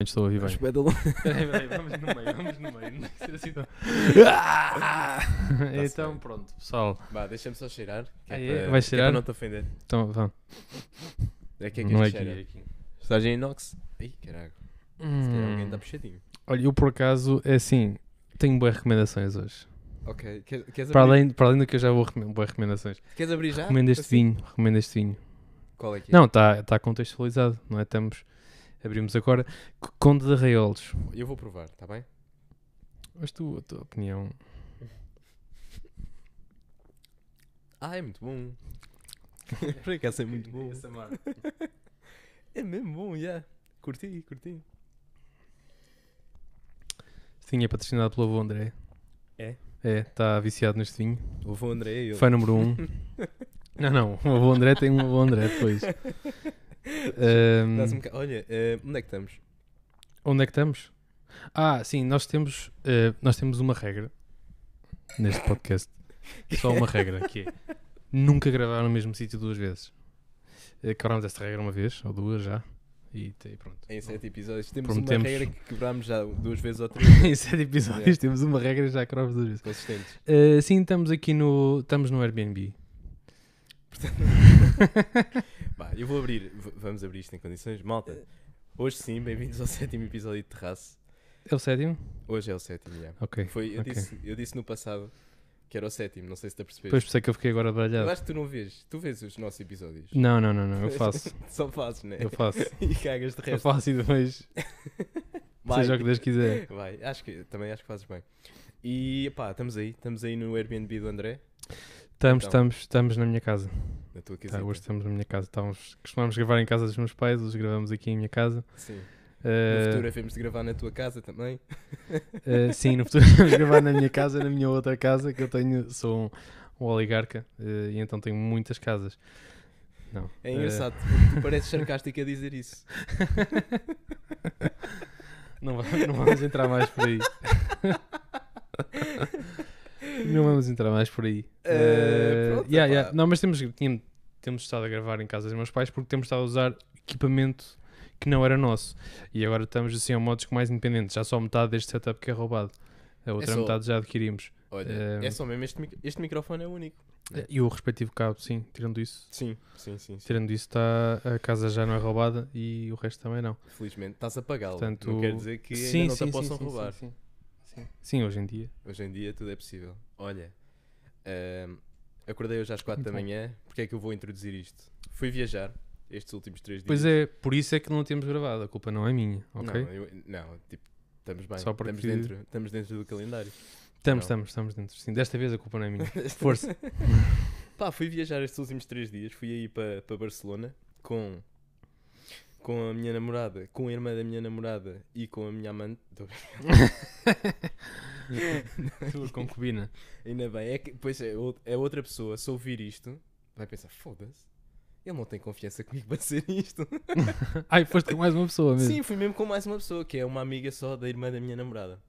Estou a ouvir bem. Espera lá. Peraí, peraí, vamos no meio, vamos no meio. Não ser assim tão... então, bem. pronto, pessoal. Vá, deixa-me só cheirar. que Ah, é? para- Vais que cheirar? para não te ofender. Então, vá. É que é que Não é isto aqui, é cheira. aqui. Estás em inox? Ih, caralho. Se calhar alguém Hum. dá puxadinho. Olha, eu por acaso, é assim, tenho boas recomendações hoje. Ok. Quer- Queres Para abrir? além, para além do que eu já vou recomendar, boas recomendações. Queres abrir já? Recomendo este Assim? vinho, recomendo este vinho. Qual é que é? Não, está tá contextualizado, não é? Estamos, abrimos agora. C- Conde de Arraiolos. Eu vou provar, tá bem? Mas tu, a tua opinião... Ah, é muito bom. Por acaso é muito bom. É mesmo bom, já. Curti, curti. Este vinho é patrocinado pelo avô André. É? É, está viciado neste vinho. O avô André é e eu. Fã número um. não, não, o avô André tem um avô André Hum. depois. Ahm, Dá-se um boca- Olha, eh, onde é que estamos? Onde é que estamos? Ah, sim, nós temos, eh, nós temos uma regra neste podcast. Só uma regra, que é nunca gravar no mesmo sítio duas vezes. Eh, Quebrámos esta regra uma vez, ou duas já, e t- e pronto. Em sete episódios. Temos Prometemos. uma regra que quebrámos já duas vezes ou três. em sete episódios Yeah. temos uma regra e já quebrámos duas vezes. Consistentes. Eh, sim, estamos aqui no, estamos no Airbnb. Bah, eu vou abrir. V- vamos abrir isto em condições. Malta, hoje sim, bem-vindos ao sétimo episódio de Terraço. É o sétimo? Hoje é o sétimo, já. Ok. Foi, eu, ok. disse, eu disse no passado que era o sétimo, não sei se te apercebeste. Depois pensei é que eu fiquei agora Eu baralhado. acho que tu não vês. Tu vês os nossos episódios. Não, não, não, não, eu faço. Só fazes, né? Eu faço. E cagas de Eu resto. faço e depois, Vai. seja o que Deus quiser. Vai, acho que, também acho que fazes bem. E pá, estamos aí, estamos aí no Airbnb do André, Estamos, Então. estamos, estamos na minha casa. na tua Tá, casa. hoje estamos na minha casa. Estávamos, costumamos gravar em casa dos meus pais, hoje gravamos aqui em minha casa. Sim. Eh, No futuro havemos de gravar na tua casa também. eh, sim, no futuro vamos gravar na minha casa, na minha outra casa, que eu tenho, sou um, um oligarca eh, e então tenho muitas casas. Não, É eh, engraçado, porque tu pareces sarcástico a dizer isso. não, va- não vamos entrar mais por aí. não vamos entrar mais por aí. Eh, Eh, pronto, yeah, epá. yeah. Não, mas temos, tínhamos- temos estado a gravar em casa dos meus pais porque temos estado a usar equipamento que não era nosso. E agora estamos assim a modos mais independentes. Já só metade deste setup que é roubado. A outra É só- metade já adquirimos. Olha, Eh, é só mesmo este, mic- este microfone é único. É. E o respectivo cabo, sim, tirando isso. Sim, sim, sim. sim. Tirando isso, está a casa já não é roubada e o resto também não. Felizmente estás a pagá-lo. Portanto, Não quer dizer que ainda não te a possam roubar. Sim, sim. Sim, hoje em dia. Hoje em dia tudo é possível. Olha, ahm, acordei hoje às 4 da Então. manhã. Porque é que eu vou introduzir isto? Fui viajar estes últimos 3 dias. Pois é, por isso é que não temos gravado. A culpa não é minha, ok? Não, eu- não, tipo, estamos bem. Só estamos, porque- dentro, estamos dentro do calendário. Estamos, Não. estamos, estamos dentro. Sim, desta vez a culpa não é minha. Força. Pá, fui viajar estes últimos 3 dias. Fui aí para para Barcelona com, com a minha namorada, com a irmã da minha namorada e com a minha amante. Tô- Tua concubina. Ainda bem, é que pois é, ou- é outra pessoa, se ouvir isto, vai pensar, foda-se, ele não tem confiança comigo para ser isto. Ai, foste com mais uma pessoa mesmo. Sim, fui mesmo com mais uma pessoa, que é uma amiga só da irmã da minha namorada.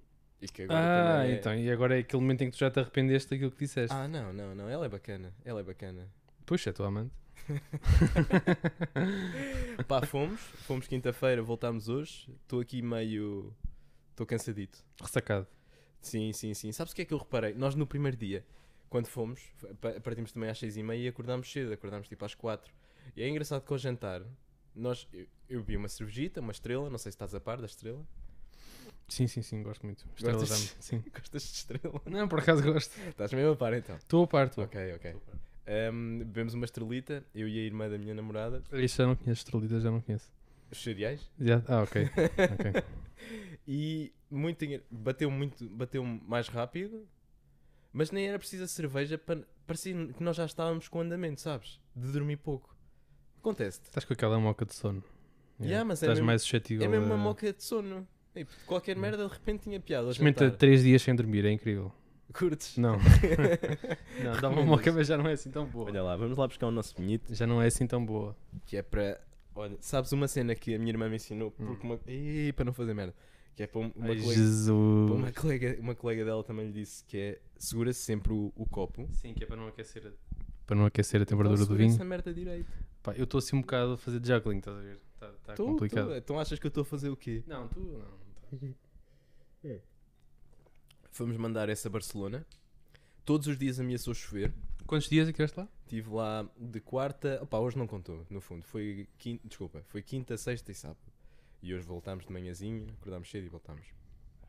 E que agora Ah, também é- então, e agora é aquele momento em que tu já te arrependeste daquilo que disseste. Ah, não, não, não, ela é bacana, ela é bacana. Puxa, tua amante. Pá, fomos, fomos quinta-feira, voltámos hoje, estou aqui meio... estou cansadito. Ressacado. Sim, sim, sim. Sabes o que é que eu reparei? Nós no primeiro dia, quando fomos, pa- partimos também às seis e meia e acordámos cedo, acordámos tipo às quatro. E é engraçado que ao jantar, nós, eu, eu vi uma cervejita, uma estrela, não sei se estás a par da estrela. Sim, sim, sim, gosto muito. Estrela Gostas? dá-me- Sim. Gostas de estrela? Não, por acaso gosto. Estás mesmo a par então. Estou a par, tu. Ok, ok. Ahm, bebemos uma estrelita, eu e a irmã da minha namorada, Isto já não conheço, estrelitas já não conheço. os cereais, Já... Ah, ok. ok. e muito engra- bateu muito, bateu mais rápido, mas nem era precisa cerveja para parecia que nós já estávamos com andamento, sabes? De dormir pouco. Acontece-te. Estás com aquela moca de sono. Yeah, mas é Estás mesmo- mais suscetível. É mesmo uma a- Hum. moca de sono. E qualquer merda de repente tinha piada. ao Experimenta jantar. três dias sem dormir, é incrível. Curtes? Não. não, dá uma moca, mas já não é assim tão boa. Olha lá, vamos lá buscar o nosso bonito. Já não é assim tão boa. Que é para. Olha, sabes uma cena que a minha irmã me ensinou? Porque uma... Ih, para não fazer merda. Que é para um- uma, Hum. Ai, colega... Jesus. para uma colega. Uma colega dela também lhe disse que é segura -se sempre o, o copo. Sim, que é para não aquecer a, para não aquecer a temperatura Então, do segura vinho. Tá essa merda direito. Pá, eu estou assim um bocado a fazer juggling, estás a ver? Está tá Tu- complicado. tu- então achas que eu estou a fazer o quê? Não, tu não. tá. Fomos mandar essa a Barcelona. Todos os dias ameaçou chover. Quantos dias é que estiveste lá? Estive lá de quarta. Opa, hoje não contou, no fundo. Foi quinta, desculpa, foi quinta, sexta e sábado. E hoje voltámos de manhãzinha, acordámos cedo e voltámos.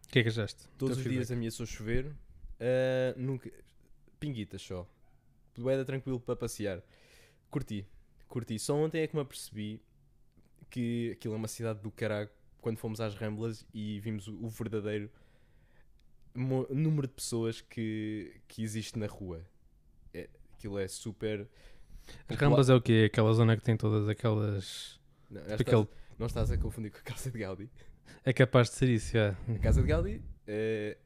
O que é que achaste? Todos Teu os dias ameaçou chover. Ah, nunca... Pinguitas só. Boeda tranquilo para passear. Curti, curti. Só ontem é que me apercebi que aquilo é uma cidade do caralho quando fomos às Ramblas e vimos o, o verdadeiro mo- número de pessoas que, que existe na rua. É, aquilo é super. feedback. Ramblas é o quê? Aquela zona que tem todas aquelas. Tipo, Não, acho que Aquele... estás- não estás a confundir com a Casa de Gaudi. É capaz de ser isso, já. A Casa de Gaudi. eh,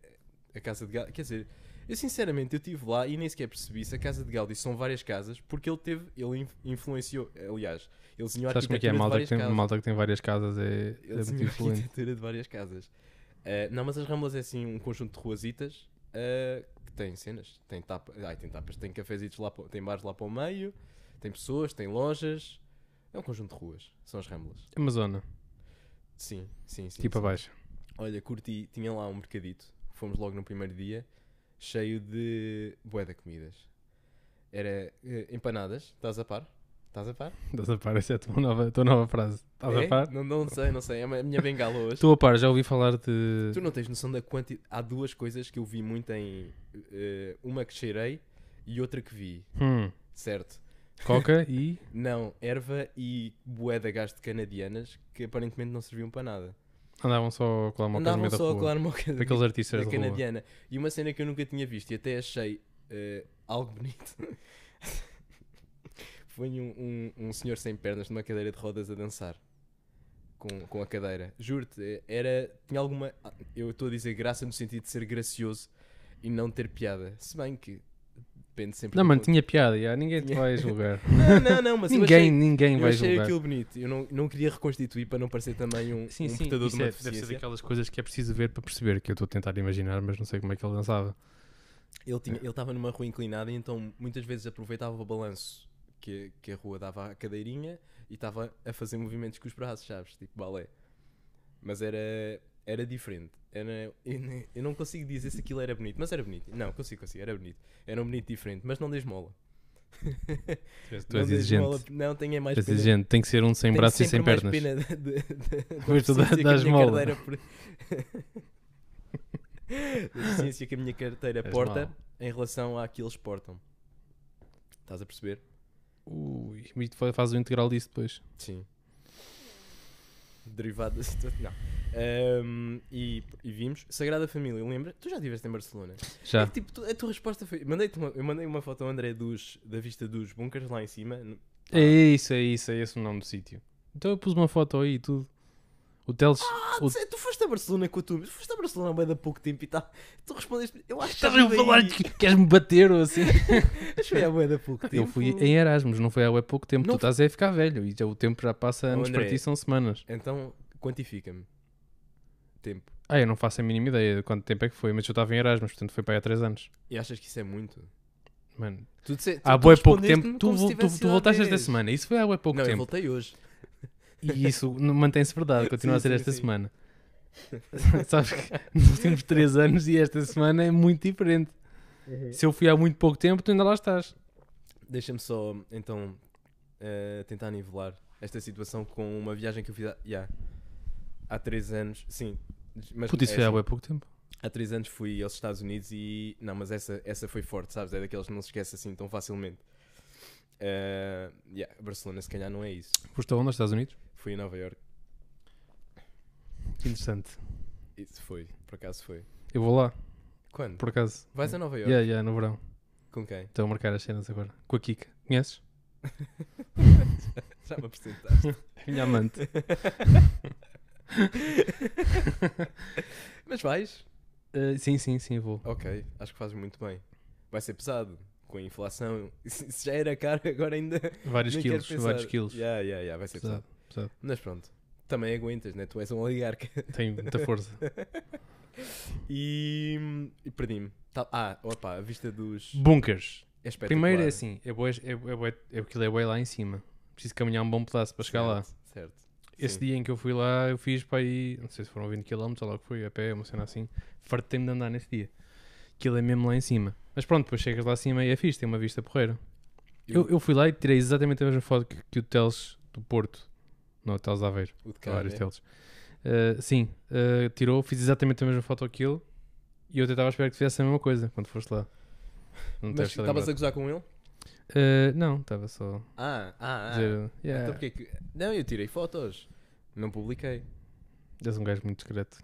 a Casa de Gaudi. Quer dizer, eu sinceramente eu estive lá e nem sequer percebi se a Casa de Gaudi são várias casas, porque ele teve, ele in- influenciou, aliás, ele desenhou a Sabes como é que é? arquitetura A malta que, de várias tem, a casas. um malta que tem várias casas é, é Ele muito desenhou a influente. arquitetura de várias casas. Eh, não, mas as Ramblas é assim um conjunto de ruazitas eh, que tem cenas, tem, tapa, ai, tem tapas, tem cafezitos lá, para- tem bares lá para o meio, tem pessoas, tem lojas. É um conjunto de ruas, são as Ramblas. Amazona, Sim, sim, sim. É tipo sim. abaixo. Olha, curti, tinha lá um mercadito. Fomos logo no primeiro dia, cheio de bué de comidas. Era eh, empanadas, estás a par? Estás a par? Estás a par, essa é a tua nova, a tua nova frase. Estás É? a par? Não, não sei, não sei, é a minha bengala hoje. Estou a par, já ouvi falar de. Tu não tens noção da quantidade. Há duas coisas que eu vi muito em. eh, uma que cheirei e outra que vi, Hum, certo? coca e. Não, erva e bué de gás de canadianas que aparentemente não serviam para nada. Andavam só a colar uma coisa no Andavam meio da só a rua. colar moca de Daqueles artistas da é de rua. canadiana. E uma cena que eu nunca tinha visto e até achei eh, algo bonito. Foi um, um, um senhor sem pernas numa cadeira de rodas a dançar. Com, com a cadeira. Juro-te, eh, era. Tinha alguma. ah, Eu estou a dizer graça no sentido de ser gracioso e não ter piada. Se bem que. Depende sempre. Não, do mano, ponto- tinha piada, já. ninguém te Tinha. vai julgar. Não, não, não, mas eu ninguém, achei- ninguém Eu vai achei julgar. aquilo bonito. Eu não, não queria reconstituir para não parecer também um, Sim, um sim, portador de isso uma é, deve ser deficiência. daquelas coisas que é preciso ver para perceber, que eu estou a tentar imaginar, mas não sei como é que ele dançava. Ele tinha- É. ele estava numa rua inclinada e então muitas vezes aproveitava o balanço que, que a rua dava à cadeirinha e estava a fazer movimentos com os braços, sabes? Tipo balé. Mas era, era diferente. Era, eu, ne- eu não consigo dizer se aquilo era bonito, mas era bonito. Não, consigo, consigo, era bonito. Era um bonito diferente, mas não dei esmola. Tu Não és dei esmola, exigente. não, tenha mais Tu és pena. exigente, tem que ser um sem Tenho braços e sem sempre mais pernas. pena de- de- de- da Mas tu dá- deficiência que a dás minha mola. carteira pre- da deficiência que a minha carteira És porta mau. em relação à que eles portam. Estás a perceber? Ui, e tu fa- faz o integral disso depois. Sim. Derivado da situação. Não. Ahm, e, e vimos. Sagrada Família, lembra? Tu já estiveste em Barcelona? É Já. que, tipo, tu- a tua resposta foi. Mandei-te uma, eu mandei uma foto ao André dos, da vista dos bunkers lá em cima. no- É isso, é isso, é esse o nome do sítio. Então eu pus uma foto aí e tudo. O Teles. Ah, O- tu- tu foste a Barcelona com a tua. Tu foste a Barcelona há bem da pouco tempo e tá, tu respondeste. Eu acho que é Estás estás a falar de que queres-me bater ou assim? Acho que foi há bué da pouco tempo. Eu fui em Erasmus, não foi há bué pouco tempo. Tipo, Não tu estás a ficar velho e já, o tempo já passa anos para André. ti, são semanas. Então, quantifica-me. Tempo. Ah, eu não faço a mínima ideia de quanto tempo é que foi, mas eu estava em Erasmus, portanto foi para aí há 3 anos. E achas que isso é muito? Mano, Tu disse, há Então tu bué pouco respondeste-me tempo. Tu, como se vo- tu, tivesse tu sido há voltaste esta 10. semana, isso foi há bué pouco Não, eu tempo. voltei hoje. E isso não- mantém-se verdade, continua a Sim, ser sim, esta sim. semana. Sabes que nos últimos 3 anos e esta semana é muito diferente. Uhum. Se eu fui há muito pouco tempo, tu ainda lá estás. Deixa-me só, então, eh, tentar nivelar esta situação com uma viagem que eu fiz há, yeah, há três anos. Sim. Mas Puto, isso é foi há assim, bué pouco tempo. Há três anos fui aos Estados Unidos e. Não, mas essa, essa foi forte, sabes? É daqueles que não se esquece assim tão facilmente. Eh, yeah, Barcelona, se calhar, não é isso. Foste aonde, aos Estados Unidos? Fui a Nova York. Que interessante. Isso foi, por acaso foi. Eu vou lá, Quando? por acaso. Vais a Nova York? Yeah, yeah, no verão. Com quem? Estão a marcar as cenas agora. Com a Kika. Conheces? Já me apresentaste. É minha amante. Mas vais? Eh, sim, sim, sim, vou. Ok, acho que fazes muito bem. Vai ser pesado. Com a inflação, se se já era caro, agora ainda. Vários nem quero quilos, pensar. vários quilos. Yeah, yeah, yeah, vai ser pesado. Pesado, pesado. Mas pronto, também aguentas, né? Tu és um oligarca. Tenho muita força. E, e perdi-me. Tá- ah, opa, a vista dos. Bunkers. É espetacular. Primeiro é assim, é bué, é, bué- é, bué- é aquilo é bué lá em cima. Preciso caminhar um bom pedaço para chegar lá. Certo, certo. Esse dia em que eu fui lá, eu fiz para aí, não sei se foram 20 km, sei lá o que foi, a pé, uma cena assim. Fartei-me de andar nesse dia. Aquilo é mesmo lá em cima. Mas pronto, depois chegas lá acima e é fixe, tem uma vista porreira. Eu, eu fui lá e tirei exatamente a mesma foto que, que o Teles do Porto. Não, o Teles de Aveiro. O de cá, Vários né? Teles. Ah, sim, ah, tirou, fiz exatamente a mesma foto aquilo e eu tentava esperar que fizesse a mesma coisa quando foste lá. Não Mas deves estar estavas a lembrado. gozar com ele? Ah, Não, estava só Ah, ah, a ah. dizer. Então Yeah, porque é que... Não, eu tirei fotos. Não publiquei. és um gajo muito discreto.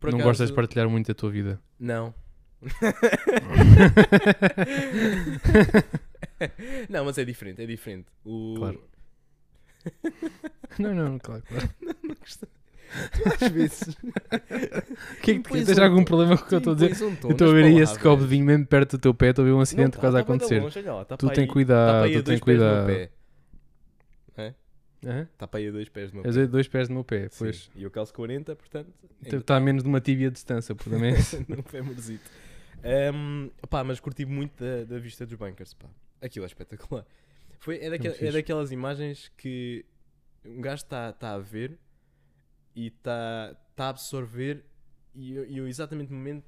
Por não acaso- gostas de partilhar muito a tua vida. Não. não, mas é diferente, é diferente. O... Claro. Não, não, claro, claro. Às vezes. O que é que Pois tu tens algum um- problema com o que eu estou a dizer? Então Pões um tom Eu estou a nas ver aí esse palavras. copo de vinho mesmo perto do teu pé, estou a ver um Não acidente tá, quase a tá bué da acontecer. longe, olha lá, tá Tu para tem aí- tá cuidado, para aí a tu tem dois pés do meu cuidado. pé. Hã? Está para aí a dois pés do meu pé. És a dois pés do meu pé, Sim. Então. pois. E eu calço 40, portanto. ainda- Está a menos de uma tíbia de distância, por também. é. Não foi amorzito. Ahm, pá, mas curti muito da, da vista dos bunkers, pá. Aquilo é espetacular. Foi, é, daquel- muito fixe. é daquelas imagens que um gajo está tá a ver e está tá a absorver e eu, e eu exatamente no momento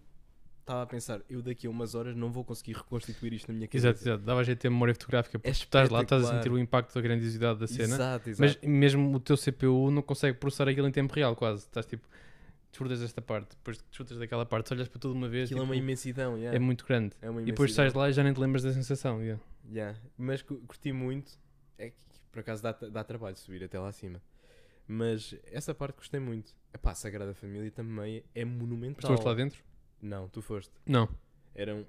estava a pensar, eu daqui a umas horas não vou conseguir reconstituir isto na minha cabeça. Exato, exato. Dava jeito de ter memória fotográfica, porque É estás lá, estás a espetacular. sentir o impacto da grandiosidade da cena. Exato, exato. Mas mesmo o teu CPU não consegue processar aquilo em tempo real, quase. Estás tipo, desfrutas desta parte, depois desfrutas daquela parte, olhas para tudo uma vez. Aquilo é uma tipo, imensidão, yeah. é muito grande. É uma E depois imensidão. sais lá e já nem te lembras da sensação. yeah. Yeah, Mas cu- curti muito. É que por acaso dá, dá trabalho subir até lá acima. Mas essa parte gostei muito. Epá, a Sagrada Família também é monumental. Estou lá dentro? Não, tu foste. Não. Eram.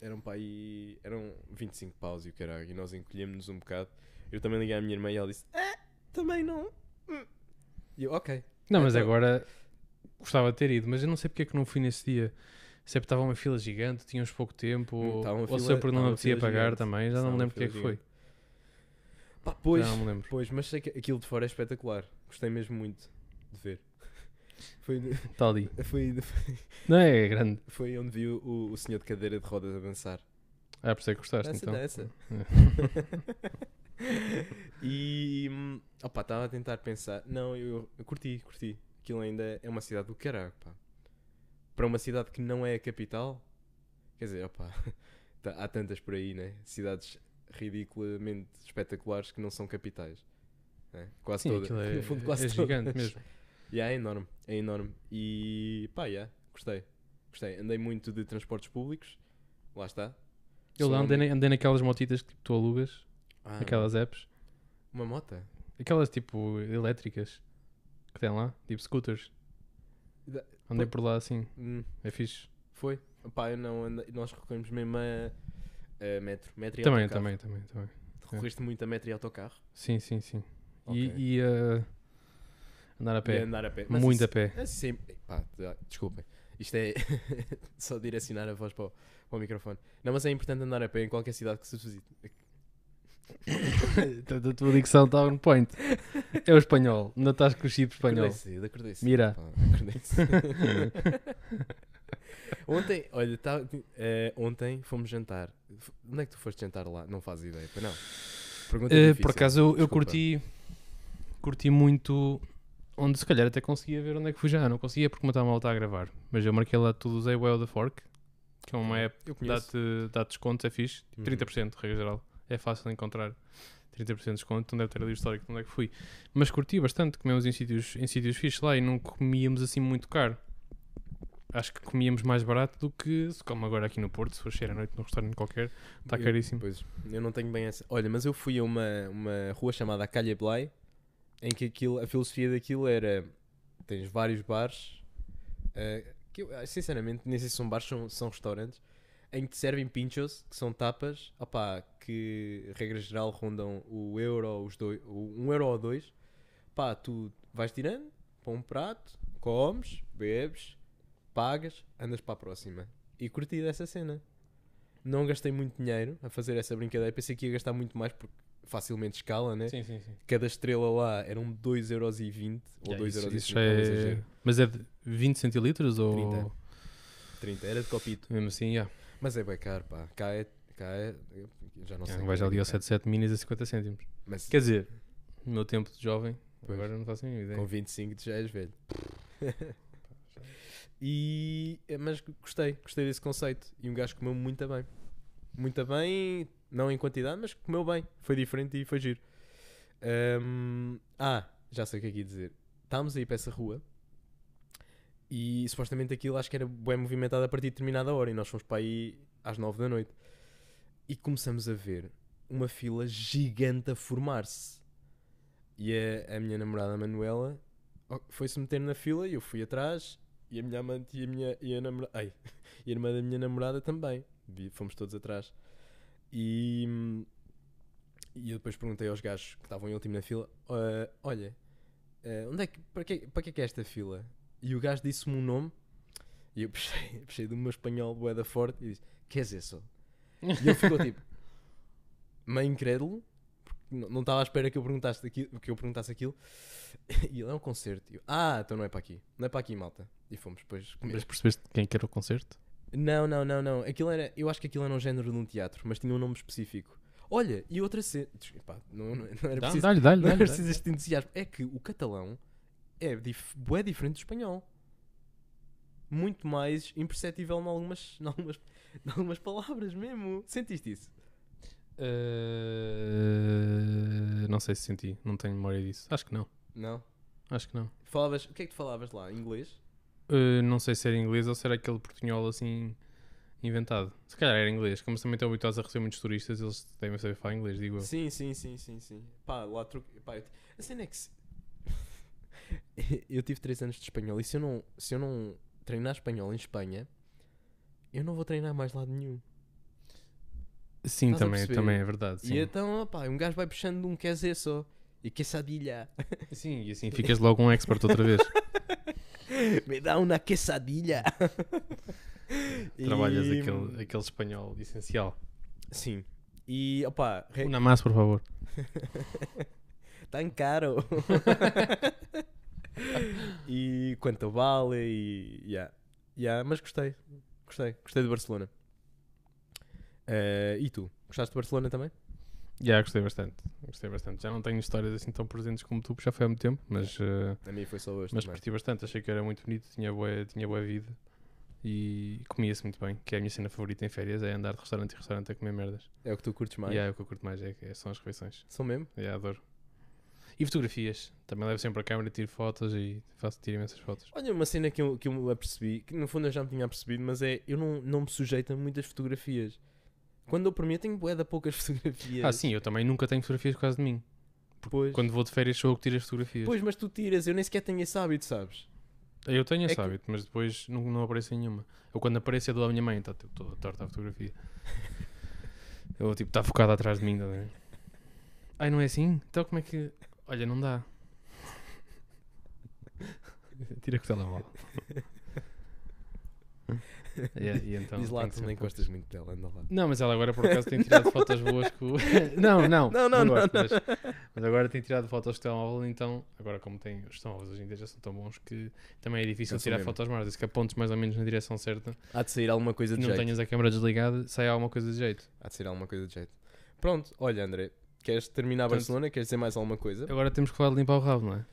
Eram pá aí. Eram 25 paus e o caralho. E nós encolhemos-nos um bocado. Eu também liguei à minha irmã e ela disse: Ah, também não. Hum." E eu, ok. Não, mas Então- agora gostava de ter ido, mas eu não sei porque é que não fui nesse dia. Sempre estava uma fila gigante, tínhamos pouco tempo, Hum, ou estava uma ou fila- se é porque não estava me uma apetecia fila pagar gigante. também, já Estava não uma me lembro porque é que fila foi. assim. Pá, pois. Já não me lembro. Pois, mas sei que aquilo de fora é espetacular. Gostei mesmo muito de ver. Foi, Está Tá ali. foi, Não é grande. Foi onde vi o, o senhor de cadeira de rodas avançar. Ah, por isso é que gostaste Dança, então. dança. e hum, opa, estava a tentar pensar. Não, eu, eu curti, curti. Aquilo ainda é uma cidade do caralho, pá. Para uma cidade que não é a capital, quer dizer, opa, tá- há tantas por aí, né? Cidades ridiculamente espetaculares que não são capitais. né? Quase Sim, toda. aquilo é, no fundo, é quase gigante todas. mesmo. Yeah, é enorme, é enorme. E pá, yeah, gostei. Gostei. Andei muito de transportes públicos. Lá está. Eu lá Sou andei, um- na- andei naquelas motitas que tipo, tu alugas, Ah, aquelas apps, Uma mota? aquelas tipo elétricas que tem lá, tipo scooters. Da- Andei pô- por lá assim, Hum, é fixe. foi. Pá, eu não andei. Nós recorremos mesmo a, a metro. metro e Também, autocarro. também, também, também. Recorreste muito a metro e autocarro. Sim, sim, sim. Ok. E, e ah, andar a E pé, andar a pé. Mas muito isso- a pé. Ah, sim, pá, tá, desculpem. Isto é só direcionar a voz para o, para o microfone. Não, mas é importante andar a pé em qualquer cidade que se visite. Portanto, Então, a tua dicção está on point. É o espanhol. Não estás crescido espanhol. Acordei cedo, acordei cedo. Mira. pá, acordei cedo. ontem, olha, tá- eh, ontem fomos jantar. F- Onde é que tu foste jantar lá? Não fazes ideia, pois não. Pergunta Eh, difícil. por acaso, eu, eu Desculpa. curti, curti muito. Onde se calhar até conseguia ver onde é que fui já. Não conseguia porque o meu mal está a gravar. Mas eu marquei lá tudo, usei o Well the Fork, que é uma app Eu que conheço. dá-te dá descontos, é fixe. Uhum. 30%, regra geral. É fácil de encontrar 30% de desconto. Então deve ter ali o histórico de onde é que fui. Mas curti bastante. Comemos em sítios, em sítios fixes lá e não comíamos assim muito caro. Acho que comíamos mais barato do que se come agora aqui no Porto, se for cheiro à noite num restaurante qualquer. Está Tá Eu- caríssimo. Pois, eu não tenho bem essa. Olha, mas eu fui a uma, uma rua chamada Calha Blay, em que aquilo, a filosofia daquilo era: tens vários bares, eh, que eu, ah, sinceramente, nem sei se são bares, são, são restaurantes, em que te servem pinchos, que são tapas, opá, que regra geral rondam o euro, os dois, o, um euro ou dois. Pá, tu vais tirando para um prato, comes, bebes, pagas, andas para a próxima. E curti dessa cena não gastei muito dinheiro a fazer essa brincadeira. Pensei que ia gastar muito mais porque facilmente escala, né? Sim, sim, sim. Cada estrela lá eram 2,20€ ou 2,20€, isso, isso não já é um é- exagero. Mas é de 20 centilitros ou 30. 30, era de copito. mesmo assim, já. Mas é bem caro, pá. Cá é. Cá é já não sei. vais quanto é um ali que ao é. 77 minis a 50 cêntimos. Mas Quer dizer, no meu tempo de jovem, Pois. Agora não faço a mínima ideia. Com 25 já és velho. e, eh, mas gostei, gostei desse conceito. E um gajo comeu muito bem. Muito bem, não em quantidade, mas comeu bem. Foi diferente e foi giro. Ahm, ah, já sei o que é que ia dizer. Estávamos aí para essa rua e supostamente aquilo acho que era bem movimentado a partir de determinada hora e nós fomos para aí às 9 da noite. E começamos a ver uma fila gigante a formar-se. E a, a minha namorada Manuela ó, foi-se meter na fila e eu fui atrás. E a minha amante e a minha e a namorada. Ai, e a irmã da minha namorada também. Vi- Fomos todos atrás. E, e eu depois perguntei aos gajos que estavam em último na fila: "Ah, Olha, ah, onde é que, para, que, para que é que é esta fila? E o gajo disse-me um nome. E eu puxei, puxei do meu espanhol boeda forte e disse: Quer dizer só? E ele ficou tipo, meio incrédulo, porque n- não estava à espera que eu perguntasse aquilo. Que eu perguntasse aquilo. E ele é um concerto. E eu, ah, então não é para aqui. Não é para aqui, malta. E fomos depois comer. Mas percebeste quem que era o concerto? Não, não, não, não. Aquilo era, eu acho que aquilo era um género de um teatro, mas tinha um nome específico. Olha, e outra cena. Pá, não, não, não era Dá- preciso. Dá-lhe, dá-lhe, Não era dá-lhe. preciso este entusiasmo. É que o catalão é dif bué diferente do espanhol. Muito mais imperceptível em algumas, em algumas, em algumas palavras mesmo. Sentiste isso? Eh, não sei se senti, não tenho memória disso. Acho que não, Não. acho que não. Falavas, o que é que tu falavas lá? Inglês? Eh, não sei se era inglês ou se era aquele portunhol assim inventado. Se calhar era inglês, como eles também estão habituados a receber muitos turistas, eles devem saber falar inglês, digo eu. Sim, sim, sim, sim, sim. Pá, lá troquei. Pá, eu... ti- a cena é que. se- eu tive 3 anos de espanhol e se eu, não, se eu não treinar espanhol em Espanha, eu não vou treinar mais lado nenhum. Sim, Estás a também, perceber? também é verdade. Sim. E então, ó pá, um gajo vai puxando de um quer dizer só. E que sadilha. Sim, e assim ficas logo um expert outra vez. Me dá uma quesadilha. Trabalhas E- aquele, aquele espanhol essencial. Sim. E opá, re... Uma massa, por favor. Tan Tá caro. e quanto vale e. Yeah. Yeah, mas gostei. Gostei. Gostei de Barcelona. Eh, e tu? Gostaste de Barcelona também? Já gostei bastante. Gostei bastante. Já não tenho histórias assim tão presentes como tu, porque já foi há muito tempo, mas, eh, A mim foi só hoje mas também. curti bastante. Achei que era muito bonito, tinha boa, tinha boa vida e comia-se muito bem, que é a minha cena favorita em férias, é andar de restaurante em restaurante a comer merdas. É o que tu curtes mais. E é o que eu curto mais, é, é- são as refeições. São mesmo? É, adoro. E fotografias. Também levo sempre a câmera, tiro fotos e faço, tiro imensas fotos. Olha, uma cena que eu, que eu me apercebi, que no fundo eu já me tinha apercebido, mas é eu não, não me sujeito a muitas fotografias. Quando eu para mim, eu tenho bué de poucas fotografias. Ah, sim, eu também nunca tenho fotografias quase de mim. Pois. Quando vou de férias sou eu que tiro as fotografias. Pois, mas tu tiras, eu nem sequer tenho esse hábito, sabes? Eu tenho esse É que- hábito, mas depois não, não aparece em nenhuma. Eu quando apareço é dou à minha mãe, está toda torta a fotografia. Eu tipo, está focada atrás de mim. Tá a ver? Ai, não é assim? Então como é que. Olha, não dá. Tira com o telemóvel. e, e então, Diz lá, tem que tu ser não um pouco- encostas muito dela, anda lá. Não, mas ela agora por acaso tem tirado fotos boas com. não, não. Não, não, não, gosto, Mas, mas agora tem tirado fotos com telemóvel, então. Agora, como tem os telemóveis hoje em dia já são tão bons que também é difícil Eu sou tirar mesmo. fotos más. Diz que apontes mais ou menos na direção certa Há de sair alguma coisa e de não jeito. tenhas a câmera desligada, sai alguma coisa de jeito. Há de ser alguma coisa de jeito. Pronto, olha, André, queres terminar Portanto- Barcelona? Queres dizer mais alguma coisa? Agora temos que falar de limpar o rabo, não é?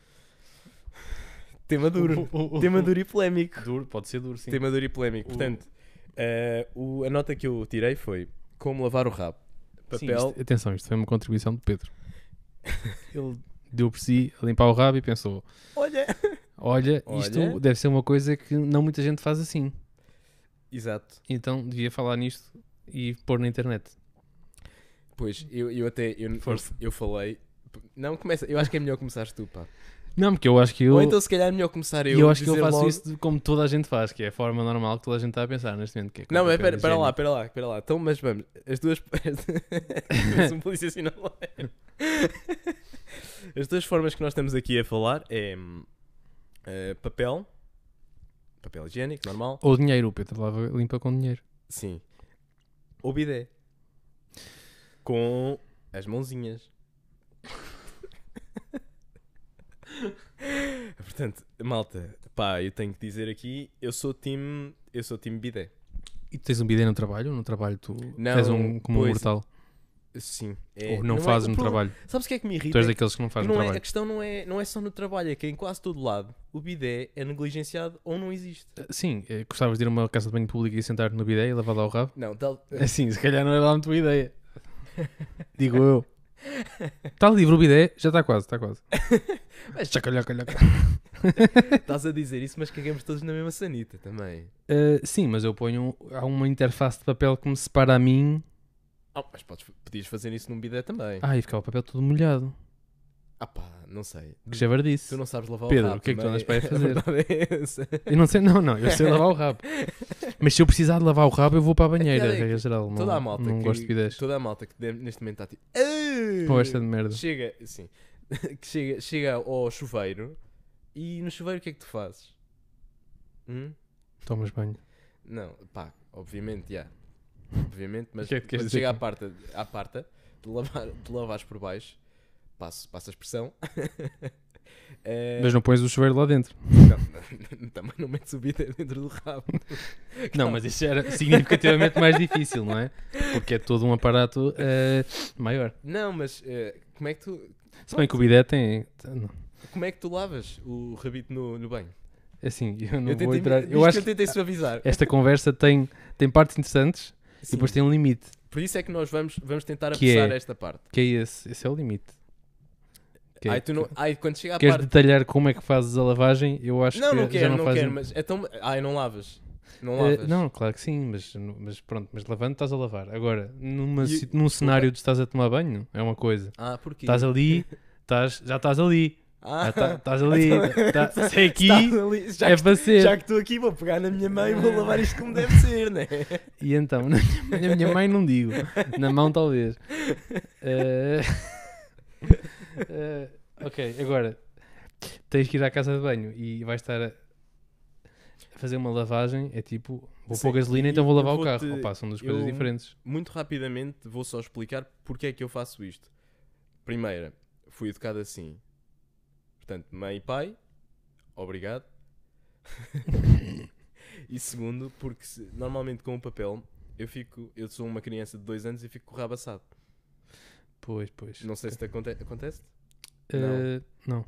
Tema duro. Tema duro e polémico. Duro, pode ser duro, sim. Tema duro e polémico. O- Portanto, eh, o- a nota que eu tirei foi como lavar o rabo. Sim, Papel. isto- atenção, isto foi uma contribuição de Pedro. Ele deu por si a limpar o rabo e pensou: Olha! Olha, isto Olha. deve ser uma coisa que não muita gente faz assim. Exato. Então devia falar nisto e pôr na internet. Pois, eu, eu até. Eu, eu, Força. eu falei. Não, começa. Eu acho que é melhor começares tu, pá. Não, porque eu acho que eu. Ou então, se calhar, é melhor começar eu. e eu acho que eu dizer faço logo- isso de- como toda a gente faz, que é a forma normal que toda a gente está a pensar neste momento. Que é Não, comprar mas pera, papel pera lá, higiênico. pera lá, pera lá. Então, mas vamos, as duas. as duas- um polícia sinaleiro. As duas formas que nós estamos aqui a falar é hum, eh, papel, papel higiênico, normal. Ou dinheiro, o Pedro lava, limpa com dinheiro. Sim. Ou bidé. Com as mãozinhas. Portanto, malta, pá, eu tenho que dizer aqui, eu sou time, eu sou time bidé. E tu tens um bidé no trabalho? No trabalho tu Não, és um, como um pois. mortal. Sim. é- Ou não, é- fazes o no problema- trabalho. Sabes o que é que me Tu irrita? és daqueles que não fazes no Não é- a trabalho. questão não é, não é só no trabalho, é que em quase todo lado o bidé é negligenciado ou não existe. Sim, eh, gostavas de ir a uma casa de banho pública e sentar-te no bidé e lavar lá o rabo? Não, tal- Assim, se calhar não é era lá muito boa ideia. Digo eu. Está livre o bidé? Já está quase, está quase. Mas- Chacalhá, calhá, calhá. estás a dizer isso, mas cagamos todos na mesma sanita também. Eh, sim, mas eu ponho. Há uma interface de papel que me separa a mim. Ah, mas podes, podias fazer isso num bidé também. Ah, e ficava o papel todo molhado. Ah pá, não sei. Que javardice. Tu não sabes lavar Pedro, o rabo. o que é que tu andas também. para aí fazer? A verdade é essa. Eu não sei, não, não, eu sei lavar o rabo. Mas se eu precisar de lavar o rabo, eu vou para a banheira, piada é que regra geral. Não, Toda a malta não que, gosto de bidés. Toda a malta que de- neste momento está tipo... Com esta de merda. Chega, sim. que chega, chega ao chuveiro e no chuveiro o que é que tu fazes? Hum? Tomas banho. Não, pá, obviamente, já. Obviamente, mas O que é que queres quando dizer chega à com- parte, à parte de, lavar, de lavares por baixo, passo, passo a expressão. Eh, Mas não pões o chuveiro lá dentro. não, não, também não metes o bidé dentro do rabo. Não, mas isso era significativamente mais difícil, não é? Porque é todo um aparato eh, maior. Não, mas eh, como, é que tu, Se bem que o bidé tem. não. como é que tu lavas o rabito no, no banho? Assim, eu não eu vou tentei, entrar. viste Eu acho eu tentei suavizar. que esta conversa tem, tem partes interessantes e Sim, depois tem um limite. Por isso é que nós vamos, vamos tentar Que é- apressar esta parte. Que é esse? Esse é o limite. Que é- Ai, tu não, ai, quando chega à Queres parte... detalhar como é que fazes a lavagem? Eu acho Não, que não já quero, não, não faz quero, muito- mas é tão... Ai, não lavas. Não Eh, lavas. não, claro que sim, mas, mas pronto, mas lavando estás a lavar. Agora, numa E- si- num cenário de estás a tomar banho, é uma coisa. Ah, porquê? Estás ali, estás, já estás ali, já Ah, tá- estás ali, tá- tá- se é aqui estás ali. Já, é que, para ser. já que estou aqui, vou pegar na minha mãe e vou lavar isto como deve ser, né? E então, na minha, na minha mãe não digo, na mão talvez. Eh, eh, ok, agora tens que ir à casa de banho e vais estar a fazer uma lavagem. É tipo, vou Sim, pôr gasolina, e então vou eu lavar o vou-te- carro. Opa, são duas coisas eu- diferentes. Muito rapidamente vou só explicar porque é que eu faço isto. Primeira, fui educado assim. Portanto, mãe e pai, obrigado. e segundo, porque se- normalmente com o papel eu fico, eu sou uma criança de dois anos e fico com o rabo assado. Pois, pois. Não sei se te aconte acontece. Eh, não.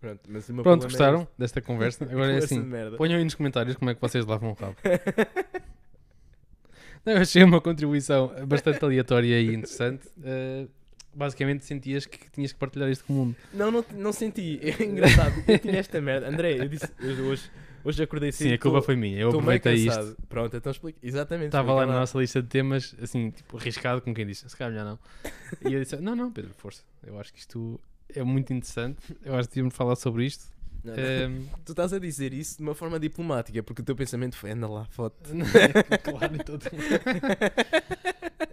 Pronto, mas o meu Pronto, problema é gostaram desta conversa? Agora é Conversa de assim. merda. Ponham aí nos comentários como é que vocês lavam o rabo. Não, eu achei uma contribuição bastante aleatória e interessante. Uh, basicamente sentias que tinhas que partilhar isto com o mundo. Não, não, não senti. É engraçado. Eu tinha esta merda. André, eu disse. eu hoje, hoje acordei Sim, cedo. a culpa foi minha. Eu estou meio aproveitei isto. cansado. Pronto, então explica. Exatamente. Estava lá explica na nossa lista de temas, assim, tipo, arriscado com quem disse, se calhar melhor não. E eu disse, não, não, Pedro, força. Eu acho que isto é muito interessante. Eu acho que devíamos falar sobre isto. Não, não. Um, Tu estás a dizer isso de uma forma diplomática, porque o teu pensamento foi anda lá, foto. claro, então...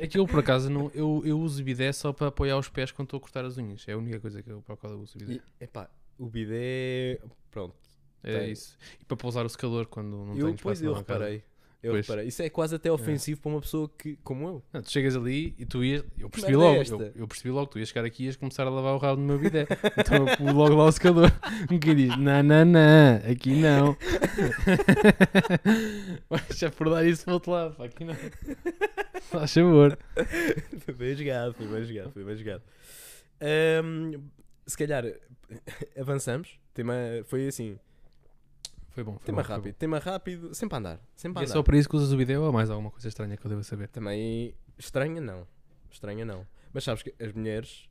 É que eu, por acaso, não, eu, eu uso bidé só para apoiar os pés quando estou a cortar as unhas. É a única coisa que eu, para a qual eu uso bidé. E, epá, o bidé. Pronto. é tem. isso. E para pousar o secador quando não eu, tenho pois espaço eu na bancada. reparei. Eu Pois. reparei. Isso é quase até ofensivo para uma pessoa que, como eu. Não, tu chegas ali e tu ias... Eu percebi merda é logo. esta? Eu, eu percebi logo. Tu ias chegar aqui e ias começar a lavar o rabo no meu bidé. então eu pulo logo lá o secador. Ninguém diz, não, não, não. Aqui não. Vais acordar isso para o outro lado. pá, Aqui não. Faz favor. foi bem jogado, foi bem jogado, foi bem jogado. Ahm, se calhar eh, avançamos. Tema, foi assim. Foi bom. Foi Tema bom, foi bom. rápido, tema rápido, sempre a andar, sempre E a é andar. só para isso que usas o vídeo ou há mais alguma coisa estranha que eu deva saber? Também estranha não, estranha não. Mas sabes que as mulheres,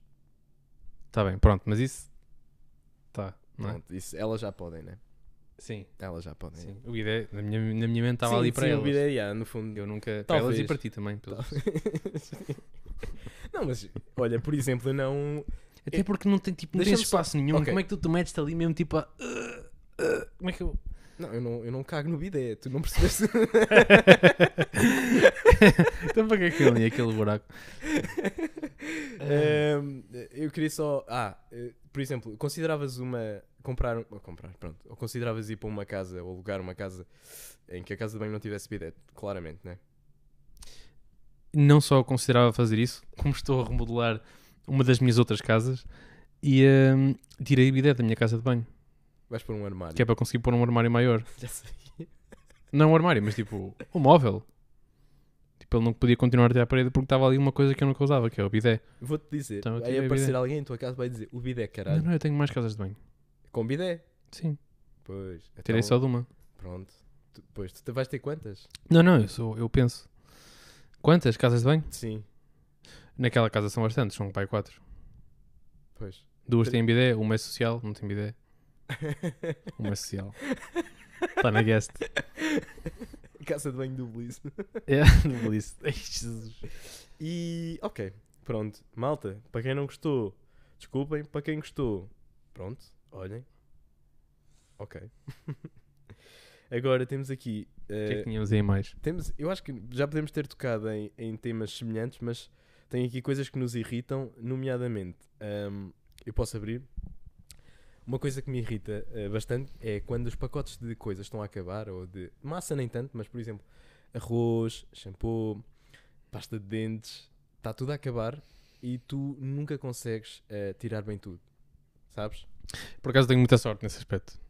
Tá bem, pronto, mas isso. Tá, não é? pronto, isso, elas já podem, né? Sim, Elas já podem. sim. O vídeo, na minha, na minha mente, estava Sim, ali para sim, elas. o bidé, yeah, no fundo. Eu nunca. Para Talvez. elas e para ti também. pelo visto. não, mas olha, por exemplo, eu não. Até porque não tem, tipo, não tens Deixa-me só- espaço nenhum. Ok. Como é que tu te metes ali mesmo, tipo. A... "Ah, ah", Como é que eu. Não, eu não, eu não cago no bidé, tu não percebeste. então para que é que eu li aquele buraco? É. Ahm, Ehm, eu queria só. Ah, eh, por exemplo, consideravas uma. Comprar. um- ou comprar, pronto. Ou consideravas ir para uma casa, ou alugar uma casa em que a casa de banho não tivesse bidé, claramente, né? Não só considerava fazer isso, como estou a remodelar uma das minhas outras casas e hum, tirei o bidé da minha casa de banho, Vais para um armário. que é para conseguir pôr um armário maior. Já sei. Não um armário, mas tipo, um móvel. Tipo, ele não podia continuar até à parede porque estava ali uma coisa que eu nunca usava, que é o bidé. Vou-te dizer, Então eu vai tirei a aparecer bidé. alguém em tua casa e vai dizer o bidé, Não, caralho. não, eu tenho mais casas de banho. Com bidé? Sim, Pois. tirei então, só de uma. Pronto. Tu, pois, tu te- vais ter quantas? Não, não, eu, sou, eu penso. Quantas casas de banho? Sim. Naquela casa são bastantes, são pai quatro. Pois. Duas têm bidé, uma é social, não tem bidé. Uma é social. Está na guest. Casa de banho do Blizz. É, no Belize. Ai, Jesus. E, ok. Pronto. Malta, para quem não gostou, desculpem. Para quem gostou, pronto. Olhem. Ok. Agora temos aqui... O que é eh, que tínhamos aí mais? Temos, eu acho que já podemos ter tocado em, em temas semelhantes, mas tem aqui coisas que nos irritam, nomeadamente. ahm, eu posso abrir. Uma coisa que me irrita eh, bastante é quando os pacotes de coisas estão a acabar, ou de massa nem tanto, mas por exemplo, arroz, shampoo, pasta de dentes, está tudo a acabar e tu nunca consegues eh, tirar bem tudo. Sabes? Por acaso tenho muita sorte nesse aspecto.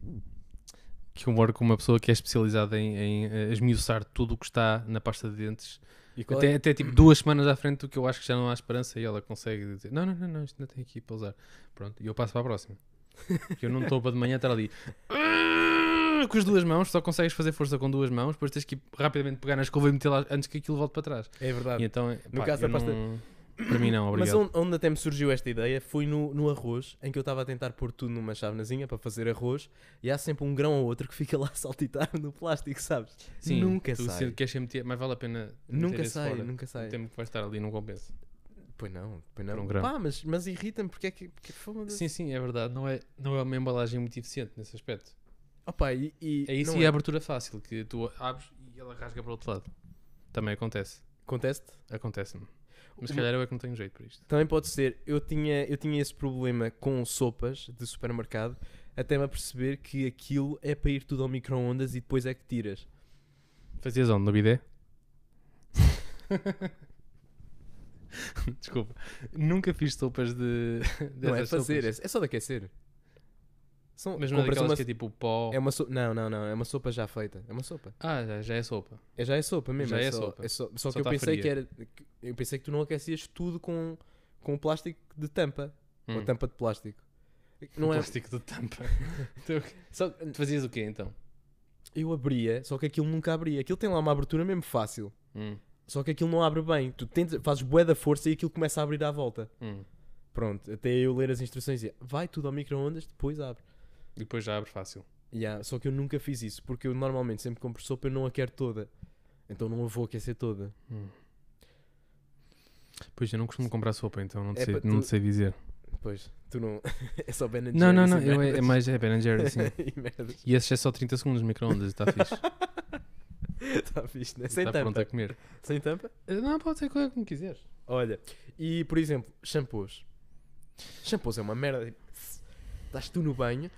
Que eu moro com uma pessoa que é especializada em, em eh, esmiuçar tudo o que está na pasta de dentes. E qual é- Até, até tipo duas semanas à frente do que eu acho que já não há esperança e ela consegue dizer não, não, não, não isto ainda tem aqui para usar. Pronto, e eu passo para a próxima. Porque eu não estou para de manhã estar ali "Ah", com as duas mãos, só consegues fazer força com duas mãos, depois tens que ir rapidamente pegar na escova e metê-la antes que aquilo volte para trás. é verdade. E então, eh, No pá, caso eu da pasta- não- Para mim não, Mas obrigado. onde, onde até me surgiu esta ideia foi no, no arroz, em que eu estava a tentar pôr tudo numa chavenazinha para fazer arroz e há sempre um grão ou outro que fica lá a saltitar no plástico, sabes? nunca tu sai. se queres sempre meter, mas vale a pena meter Nunca esse sai, fora. nunca sai. O tempo que vai estar ali não compensa. Pois não, pois Por não. um grão. Pá, mas, mas irrita-me porque é que. Porque, foda-se. Sim, sim, é verdade. Não é, não é uma embalagem muito eficiente nesse aspecto. Opa, e, e É isso não e a abertura fácil, que tu abres e ela rasga para o outro lado. Também acontece. Acontece-te? Acontece-me. Mas se Uma- calhar eu é que não tenho jeito para isto. Também pode ser. Eu tinha, eu tinha esse problema com sopas de supermercado até me aperceber que aquilo é para ir tudo ao micro-ondas e depois é que tiras. Fazias onde? No bidé? Desculpa. Nunca fiz sopas de. Não é dessas fazer, é, sopas. é só de aquecer. São, Mas não é compras daquelas uma- que é tipo pó. É uma sopa. Não, não, não. É uma sopa já feita. É uma sopa. Ah, já, já é sopa. É, já é sopa mesmo. Já é, é só, sopa. é só, só Só que eu tá pensei fria. que era. que- Eu pensei que tu não aquecias tudo com, com o plástico de tampa. Ou Hum. tampa de plástico. Não é. Plástico de tampa. tu, Só, tu fazias o quê então? eu abria, só que aquilo nunca abria. Aquilo tem lá uma abertura mesmo fácil. Hum, Só que aquilo não abre bem. Tu tentas, fazes bué da força e aquilo começa a abrir à volta. hum. Pronto, até eu ler as instruções e vai tudo ao micro-ondas, depois abre. E depois já abre fácil. Yeah, só que eu nunca fiz isso, porque eu normalmente sempre compro sopa eu não a quero toda. Então não a vou aquecer toda. Hum. Pois eu não costumo comprar sopa, então não te, É sei, pa- não tu- te sei dizer. Pois, tu não. é só Ben Não, não, Jerry's não, e eu é, é merdas. mais é Ben Jerry, sim. e merdas. E esse é só 30 segundos no micro-ondas, está fixe. Está fixe, né? Sem Está tá pronto tampa. a comer. Sem tampa? Eh, Não, pode ser como quiseres. Olha, e por exemplo, shampoos. Shampoos é uma merda. tipo, Estás tu no banho.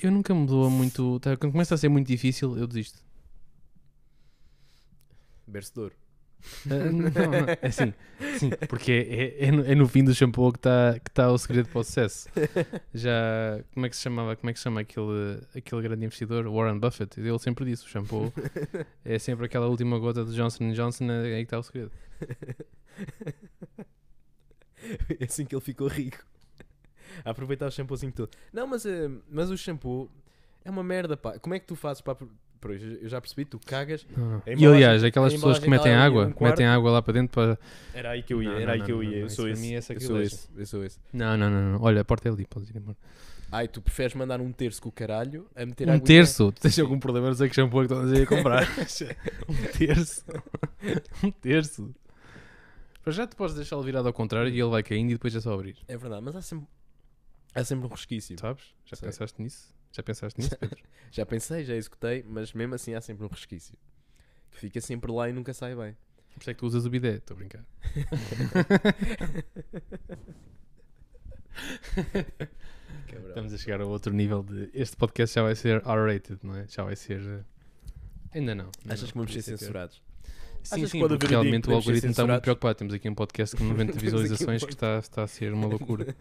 Eu nunca me dou muito. tá, Quando começa a ser muito difícil, eu desisto. Bercedor. Eh, Não, não, é assim, sim, porque é, é- é no, é no fim do shampoo que está que tá o segredo para o sucesso. Já, como é que se chamava, como é que se chama aquele, aquele grande investidor, Warren Buffett? Ele sempre disse, o shampoo é sempre aquela última gota do Johnson Johnson, é aí que está o segredo. É assim que ele ficou rico. A aproveitar o shampoozinho todo. Não, mas, eh, mas o shampoo é uma merda, pá. Como é que tu fazes para. apro- Pois, eu já percebi, tu cagas. Não, não. A E embalagem- aliás, aquelas a pessoas que embalagem metem tá ali água, num que metem quarto. água lá para dentro para. Era aí que eu ia, Não, era não, aí que eu não, ia, não, eu não, sou isso para esse. mim é Eu sou sacrilégio. esse, eu sou esse. Não, não, não, não. Olha, a porta é ali, podes ir embora. Ai, tu preferes mandar um terço com o caralho a meter Um aguinha- terço? Tu tens algum problema? Não sei que shampoo é que estás a ir comprar. um terço. um terço. Para já tu podes deixá-lo virado ao contrário e ele vai caindo e depois é só abrir. É verdade, mas há sempre, há sempre um resquício. Sabes? Já Sei. pensaste nisso? Já pensaste nisso, Pedro? Já pensei, já executei, mas mesmo assim há sempre um resquício. Que fica sempre lá e nunca sai bem. Por isso é que tu usas o bidé. Estou a brincar. Estamos a chegar a outro nível de... Este podcast já vai ser R-rated, não é? Já vai ser... eh, Ainda não. ainda Achas não, que vamos podia ser é pior. censurados? Sim, Achas que sim, pode porque haver um dia realmente o que podemos ser algoritmo está muito censurados? preocupado. Temos aqui um podcast com 90 Temos aqui um visualizações que está, está a ser uma loucura.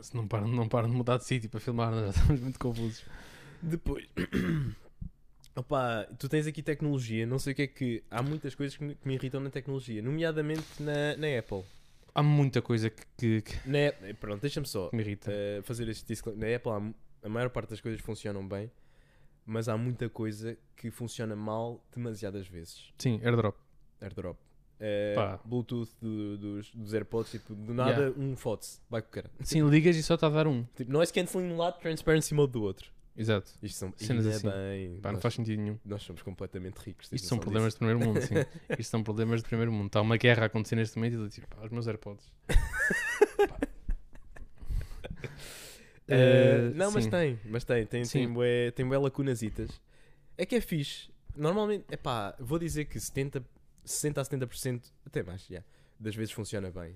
Se não param, não param de mudar de sítio para filmar, nós já estamos muito confusos. Depois. Opa, tu tens aqui tecnologia, não sei o que é que. Há muitas coisas que me, que me irritam na tecnologia, nomeadamente na, na Apple. Há muita coisa que, que- que Na, Ap- pronto, deixa-me só me irrita. eh, fazer este disclaimer. Na Apple, há mu- a maior parte das coisas funcionam bem, mas há muita coisa que funciona mal demasiadas vezes. Sim, airdrop. Airdrop. Eh, Pá. Bluetooth do- dos, dos AirPods, tipo, do nada Yeah. um foto-se, vai com o cara. Sim, ligas e só está a dar um. Tipo, noise cancelling de um lado, transparency mode do outro. Exato. Isto são Cenas ainda assim. bem, Pá, não nós, faz sentido nenhum. nós somos completamente ricos. tipo, tens Isto são noção problemas de primeiro mundo, sim. Isto são problemas de primeiro mundo. Está uma guerra a acontecer neste momento e eu digo, pá, os meus AirPods. Uh, Uh, Eh, não, mas sim. tem, mas tem, tem, tem Sim. bué, tem bué lacunasitas. É que é fixe. Normalmente, epá, vou dizer que 70, 60 a 70%, até mais, já, das vezes funciona bem.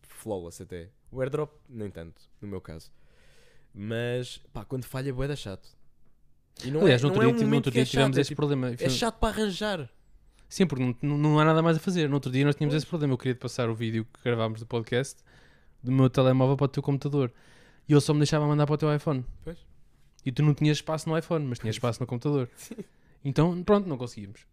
Tipo, flawless até. O airdrop, nem tanto, no meu caso. Mas, pá, quando falha, bué da chato. E não Aliás, é, no não outro é dia, um ti- no momento outro que é dia tivemos chato, é esse tipo, problema. um- É chato para arranjar. Sim, porque não, não- não há nada mais a fazer. No outro dia nós tínhamos esse problema. Eu queria te passar o vídeo que gravámos do podcast do meu telemóvel para o teu computador. E ele só me deixava mandar para o teu iPhone. Pois. E tu não tinhas espaço no iPhone, mas tinhas espaço no computador. Então, pronto, não conseguimos.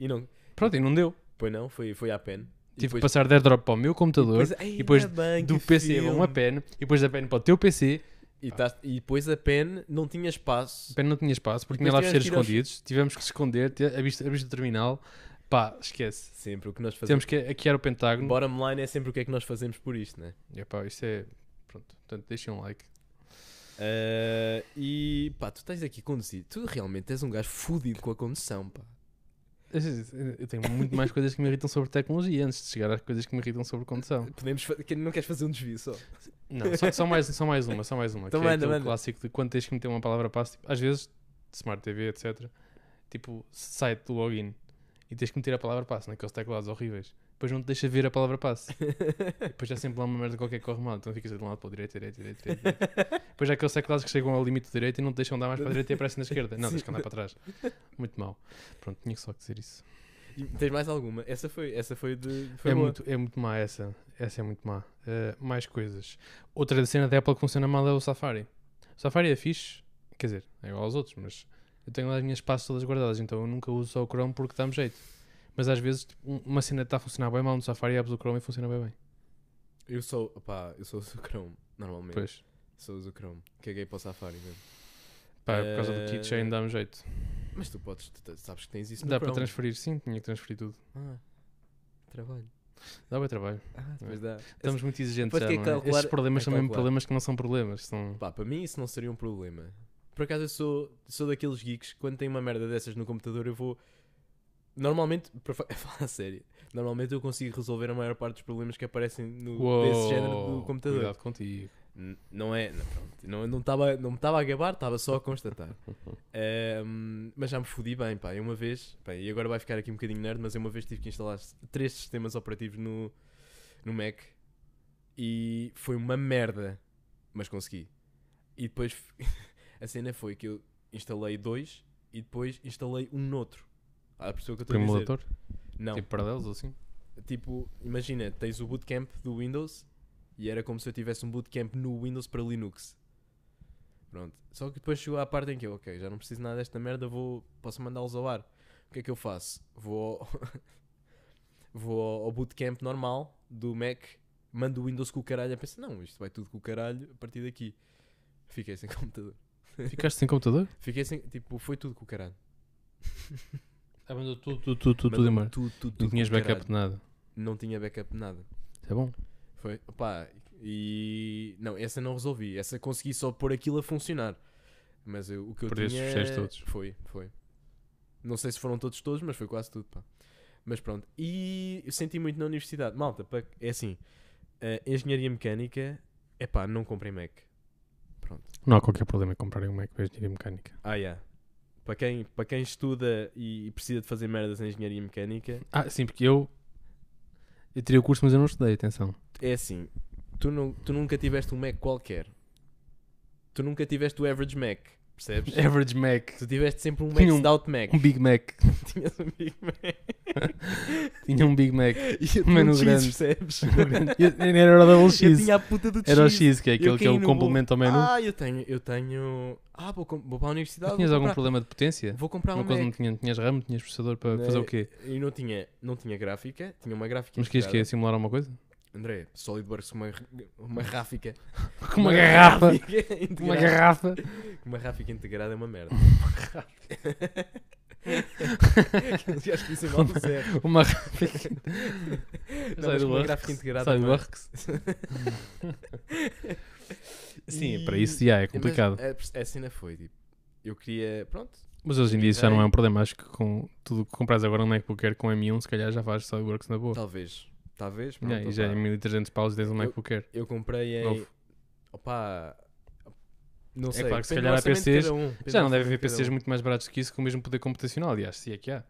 E não, Pronto, e não deu. pois não, foi, foi à pen. E Tive que depois- passar de airdrop para o meu computador, depois- Ai, e depois ainda bem, do que PC filme. a uma é pen, e depois da pen para o teu PC. E, tás- e depois a pen não tinha espaço A pen não tinha espaço, porque Depois tinha lá fecheiros tivemos que ir escondidos. Tivemos que se esconder, te- abriste, abriste o terminal. Pá, esquece. Sempre o que nós Temos fazemos. que hackear o Pentágono. Bottom line é sempre o que é que nós fazemos por isto, né? E, pá, isto é... Pronto, portanto, deixem um like. Ah, e pá, tu tens aqui conduzido. Tu realmente és um gajo fudido com a condução, pá. É Eu tenho muito mais coisas que me irritam sobre tecnologia antes de chegar às coisas que me irritam sobre condução. Podemos fa- que- Não queres fazer um desvio só? Não, só, só mais, só mais uma, só mais uma. Então que é manda, aquele manda. clássico de quando tens que meter uma palavra passe, tipo, às vezes, Smart TV, etc. Tipo, site do login e tens que meter a palavra passe naqueles teclados horríveis. Depois não te deixa ver a palavra passe. Depois já sempre lá uma merda qualquer que corre mal. Então ficas de um lado para o direito, direito, direito, direito. direito. Depois já aqueles teclados que chegam ao limite do direito e não te deixam andar mais para a direita e aparecem na esquerda. Não, tens que andar para trás. Muito mal. Pronto, tinha que só dizer isso. E tens mais alguma? Essa foi, essa foi de. Foi é, boa. muito, é muito má essa. Essa é muito má. Uh, mais coisas. Outra cena da Apple que funciona mal é o Safari. O Safari é fixe, quer dizer, é igual aos outros, mas eu tenho lá as minhas pastas todas guardadas, então eu nunca uso só o Chrome porque dá-me jeito. Mas às vezes tipo, um- uma cena está a funcionar bem mal no Safari, abres o Chrome e funciona bem bem. Eu sou, pá, eu sou o Chrome, normalmente. Pois. Sou o Chrome. Caguei para o Safari mesmo. Pá, por causa Eh, do keychain dá-me jeito. Mas tu podes, tu te- sabes que tens isso no Dá para Chrome. transferir, sim, tinha que transferir tudo. Ah, trabalho. Dá bem trabalho. Ah, depois É. dá. Estamos muito exigentes Depois já, tem não que é? calcular- Estes problemas é são mesmo calcular. problemas que não são problemas. São... Pá, para mim isso não seria um problema. Por acaso eu sou, sou daqueles geeks que quando tem uma merda dessas no computador eu vou. Normalmente, para fa- falar a sério, normalmente eu consigo resolver a maior parte dos problemas que aparecem no, desse género Uou, do computador. Cuidado contigo. N- Não é. Não, pronto, não, não, estava, não me estava a gabar, estava só a constatar. Ahm, mas já me fodi bem, pá. Eu uma vez. Bem, e agora vai ficar aqui um bocadinho nerd, mas eu uma vez tive que instalar s- três sistemas operativos no, no Mac e foi uma merda, mas consegui. E depois f- a cena foi que eu instalei dois e depois instalei um noutro. Ah, percebeu o que eu estou a dizer? Emulador? Não. Tipo paralelos ou assim? Tipo, imagina, tens o bootcamp do Windows e era como se eu tivesse um bootcamp no Windows para Linux. Pronto. Só que depois chegou à parte em que eu, ok, já não preciso nada desta merda, vou, posso mandá-los ao ar. O que é que eu faço? Vou ao, vou ao ao bootcamp normal do Mac, mando o Windows com o caralho. Eu penso, não, isto vai tudo com o caralho a partir daqui. Fiquei sem computador. Ficaste sem computador? Fiquei sem, tipo, foi tudo com o caralho. Abandonou tudo, tudo, tudo, tudo, tudo Mandou-me embora. Tudo, tudo, tudo Não tinhas com o backup de caralho. nada. Não tinha backup de nada. Isso é bom. Foi, opá, e não, essa não resolvi, essa consegui só pôr aquilo a funcionar. Mas eu- o que eu Perdeste os tinha fecheiros todos. foi, foi. Não sei se foram todos todos, mas foi quase tudo, pá. Mas pronto, e eu senti muito na universidade. Malta, pá, é assim, a engenharia mecânica, é pá, não comprem Mac. Pronto. Não há qualquer problema em comprarem um Mac para engenharia mecânica. Ah, yeah. Para quem, para quem estuda e precisa de fazer merdas em engenharia mecânica, Ah, sim, porque eu. Eu tirei o curso, mas eu não estudei, atenção. é assim, tu, não, tu nunca tiveste um Mac qualquer. Tu nunca tiveste o average Mac, percebes? Average Mac. Tu tiveste sempre um Tinha um- Maxed Out Mac. Um Big Mac. Tinhas um Big Mac. Tinha um Big Mac. E eu tinha Menu um cheese, grande. percebes? E nem era o double Eu cheese. tinha a puta do Era o cheese. cheese, que é Eu aquele que é caí o no complemento ao menu. Ah, eu tenho, eu tenho... Ah, vou, com- vou para a universidade, Mas tinhas vou algum comprar, problema de potência? vou comprar um Uma coisa não Mac. Né. tinha, tinhas RAM, tinhas processador para Não, fazer o quê? E não tinha, não tinha gráfica, tinha uma gráfica. Mas querias que integrada. ia simular alguma coisa? André, SolidWorks com uma, uma gráfica. Com uma garrafa! gráfica com Uma integrada. garrafa! Uma gráfica integrada é uma merda. Aqueles gajos que dizem mal do Zé. Uma garrafa! Não, Sai mas do com uma Works. gráfica integrada. Sai do não é? Works. Sim, para isso já é Mas complicado. a, a cena foi tipo, eu queria, pronto, Mas hoje em dia isso já Ideia. não é um problema. Acho que com tudo o que compras agora um MacBook Air com M1, se calhar já faz SolidWorks na boa. talvez, talvez, pronto, Yeah, e já é opá. 1300 paus e tens um Eu- MacBook Air. eu comprei em, Novo. opá, não É sei, claro que se depende do calhar há orçamento de cada PCs um, depende Já do não deve haver orçamento de cada PCs um. muito mais baratos que isso com o mesmo poder computacional, aliás, se é que há.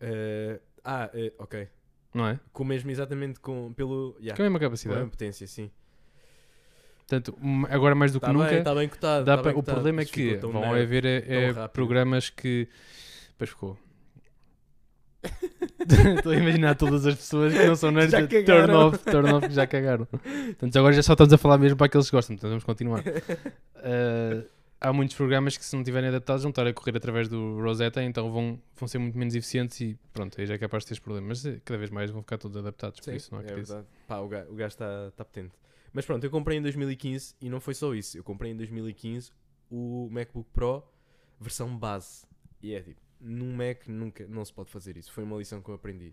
Eh, ah, eh, ok, Não é? com o mesmo exatamente com, pelo, yeah, Com a mesma com a mesma capacidade. potência, sim, Portanto, m- agora mais do que está nunca, Tá bem, está bem cotado, dá tá pra- bem o cotado, problema é mas que ficou tão vão nerd. haver é- é tão rápido. programas que. Pois ficou. Estou a imaginar todas as pessoas que não são nerds. Já a cagaram. turn off, turn off, que já cagaram. Portanto, agora já só estamos a falar mesmo para aqueles que gostam, portanto vamos continuar. Ah, há muitos programas que, se não tiverem adaptados, vão estar a correr através do Rosetta, então vão, vão ser muito menos eficientes e pronto, aí já é capaz de ter problemas. Mas eh, cada vez mais vão ficar todos adaptados, por Sim, isso não há é que dizer. verdade. Pá, o gajo está tá potente. Mas pronto, eu comprei em 2015 e não foi só isso. Eu comprei em 2015 o MacBook Pro versão base. E é tipo, num Mac nunca, não se pode fazer isso. Foi uma lição que eu aprendi.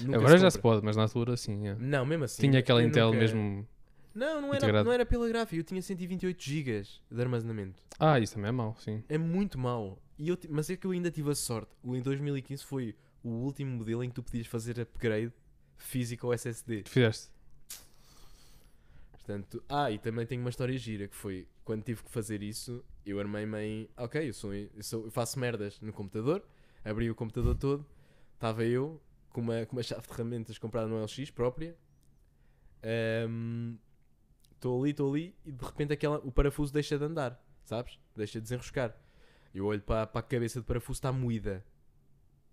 Nunca Agora já se compra. pode, mas na altura sim. é. Não, mesmo assim. Tinha aquela eu Intel nunca- mesmo. Não, não era, integrado. não era pela gráfica. Eu tinha 128 GB de armazenamento. Ah, isso também é mau, sim. É muito mau. E eu ti- mas é que eu ainda tive a sorte. O em 2015 foi o último modelo em que tu podias fazer upgrade físico ao SSD. Tu fizeste. Portanto, ah, e também tenho uma história gira que foi quando tive que fazer isso, eu armei-me em. Ok, eu, sou, um, eu, sou- eu faço merdas no computador, abri o computador todo, estava eu com uma, com uma chave de ferramentas comprada no LX própria. ehm, Estou ali, estou ali, e de repente aquela, o parafuso deixa de andar, sabes? Deixa de desenroscar. Eu olho para para a cabeça do parafuso, está moída.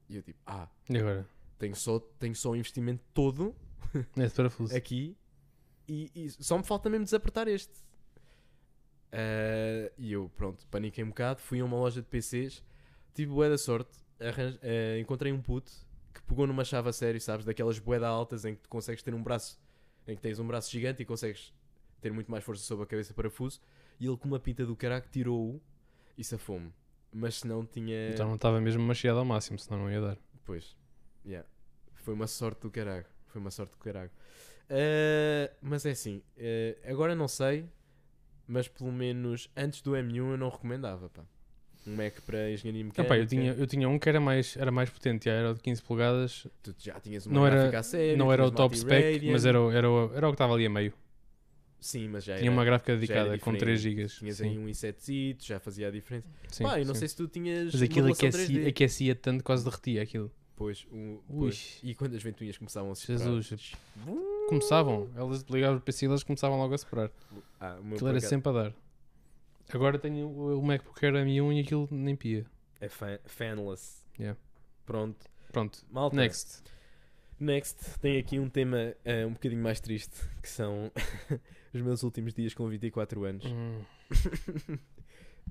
E eu tipo, ah, E agora? tenho só, tenho só o investimento todo Esse É parafuso. aqui e, e só me falta mesmo desapertar este. Ah, e eu, pronto, paniquei um bocado, fui a uma loja de PCs, tive bué da sorte, arran- ah, encontrei um puto que pegou numa chave a sério, sabes, daquelas boeda altas em que tu consegues ter um braço, em que tens um braço gigante e consegues ter muito mais força sobre a cabeça parafuso, e ele com uma pinta do caraco tirou-o e safou-me. Mas se não tinha... Então não estava mesmo machiado ao máximo, senão não ia dar. Pois. Yeah. Foi uma sorte do caralho. Foi uma sorte do caralho. Ah, mas é assim, ah, agora não sei, mas pelo menos antes do M1 eu não recomendava, pá. Um Mac para engenharia Ah, mecânica. pá, eu, tinha, eu tinha um que era mais, era mais potente, já era o de 15 polegadas, Tu já tinhas uma não era- gráfica a sério, não era o tinhas top spec, multi-radian. mas era, o- era, o- era o que estava ali a meio. Sim, mas já tinha era. uma gráfica já era dedicada com 3 diferente. GB. Tinhas sim, aí um i7zito, já fazia a diferença. sim, pá, eu não sim. sei se tu tinhas. Mas aquilo modulação aquecia, 3D. aquecia tanto, quase derretia aquilo. Pois, o- Ui. pois. E quando as ventoinhas começavam a se separar? Jesus. Começavam, elas ligavam o PC e elas começavam logo a separar. Ah, o meu por Aquilo era acaso- sempre a dar. Agora tenho o o MacBook Air M1 e aquilo nem pia. É fan- fanless. Yeah. Pronto. Pronto, Malta. next. Next, tem aqui um tema eh, um bocadinho mais triste, que são os meus últimos dias com 24 anos. Hum.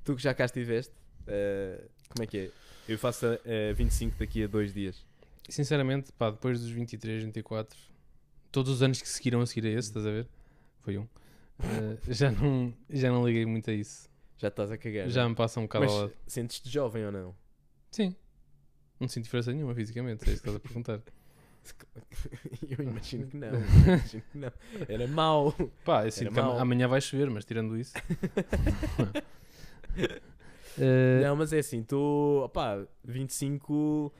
Tu que já cá estiveste, eh, como é que é? Eu faço eh, 25 daqui a dois dias. Sinceramente, pá, depois dos 23, 24, todos os anos que seguiram a seguir a esse, estás a ver? Foi um. Eh, já, não, já não liguei muito a isso. Já estás a cagar. Já não é? me passa um bocado ao Mas lado. sentes-te jovem ou não? Sim. Não sinto diferença nenhuma fisicamente, é isso que estás a perguntar. Eu imagino que não. eu imagino que não. Era mau. Pá, eu sinto que ama- mau. amanhã vai chover, mas tirando isso. Eh, Não, mas é assim, tu, opá, 25.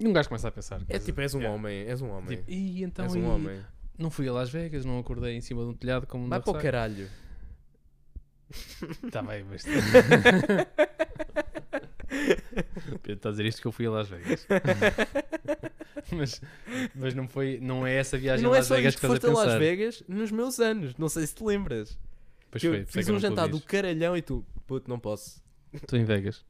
e um gajo começa a pensar. É coisas. tipo, és um Yeah. homem, és um homem. Tipo, e então és e um homem. não fui a Las Vegas, não acordei em cima de um telhado como Vai na para o ressaca. caralho. Está bem, mas. Pedro está a dizer isto que eu fui a Las Vegas. mas, mas não foi. Não é essa E viagem não a é Las só Vegas isto que que estás a foste pensar. a Las Vegas nos meus anos. Não sei se te lembras. Pois Que eu foi, por isso é fiz que eu não um te jantar do disse. caralhão e tu, puto, não posso. Estou em Vegas.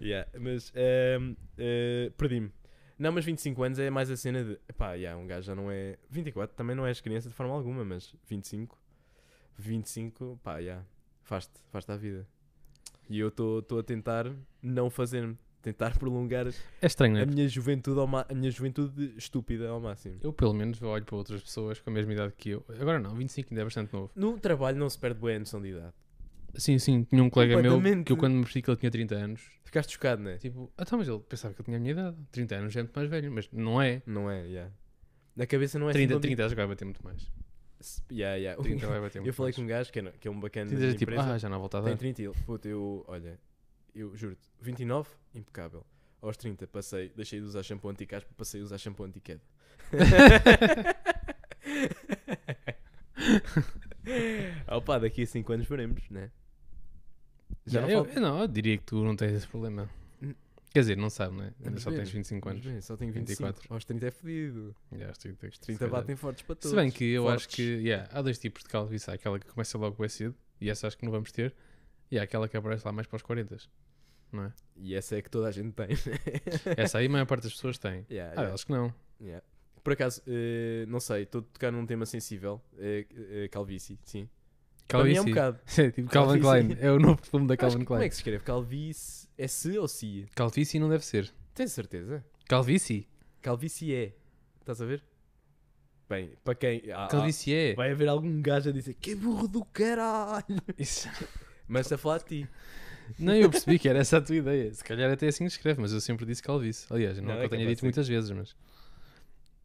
Yeah, mas ehm, eh, perdi-me. Não, mas 25 anos é mais a cena de. Pá, yeah, um gajo já não é. 24 também não és criança de forma alguma, mas 25. 25, pá, yeah, faz-te, faz-te à vida. E eu estou a tentar não fazer-me. Tentar prolongar É estranho, não é? a minha juventude, ao ma- a minha juventude estúpida ao máximo. Eu, pelo menos, olho para outras pessoas com a mesma idade que eu. Agora não, 25 ainda é bastante novo. No trabalho não se perde boa noção de idade. Sim, sim, tinha um colega meu que eu, Completamente. quando me percebi que ele tinha 30 anos, Ficaste chocado, não é? tipo, ah, então, mas ele pensava que ele tinha a minha idade. 30 anos já é muito mais velho, mas não é. Não é, yeah. Na cabeça não é 30, assim tão 30 acho que vai bater muito mais. dif- Yeah, yeah. 30 vai bater muito Eu falei mais. com um gajo que é, que é um bacana 30 da é tipo, empresa. ah, já não volta a Tem dar. 30 e ele, puto, eu, olha, eu juro-te, 29, impecável. Aos 30 passei, deixei de usar shampoo anti-caspa, passei a usar shampoo anti-queda. Opa, daqui a 5 anos veremos, né? Já, Já não eu, falta- eu não, eu diria que tu não tens esse problema. Hum. Quer dizer, não sabe, não é? Ainda mas só bem, tens 25 Mas anos. bem, só tenho 25. 24. Aos 30 é fodido. Já, aos 30, Os 30 batem fortes para é todos. Se bem que eu acho Fortes. que yeah, há dois tipos de calvície. Há aquela que começa logo bem cedo, e essa acho que não vamos ter, e há aquela que aparece lá mais para os 40. Não é? E essa é que toda a gente tem. Essa aí a maior parte das pessoas tem. Yeah, Ah, yeah. elas que não. Yeah. Por acaso, eh, não sei, estou a tocar num tema sensível. eh, eh, calvície, sim. Para mim é um Calvície. bocado. É, tipo Calvin Calvície. Klein. É o novo perfume da Acho Calvin que- Como é Klein. que se escreve? Calvície é se ou si? Calvície não deve ser. Tens certeza? Calvície? Calvície é. Estás a ver? Bem, para quem. ah, ah, Calvície é. Vai haver algum gajo a dizer que burro do caralho. Isso- Mas a falar de ti. Não, eu percebi que era essa a tua ideia. Se calhar até assim escreve, mas eu sempre disse calvície. Aliás, não, Não, é é que eu tenha capaz dito de ser. muitas vezes, mas.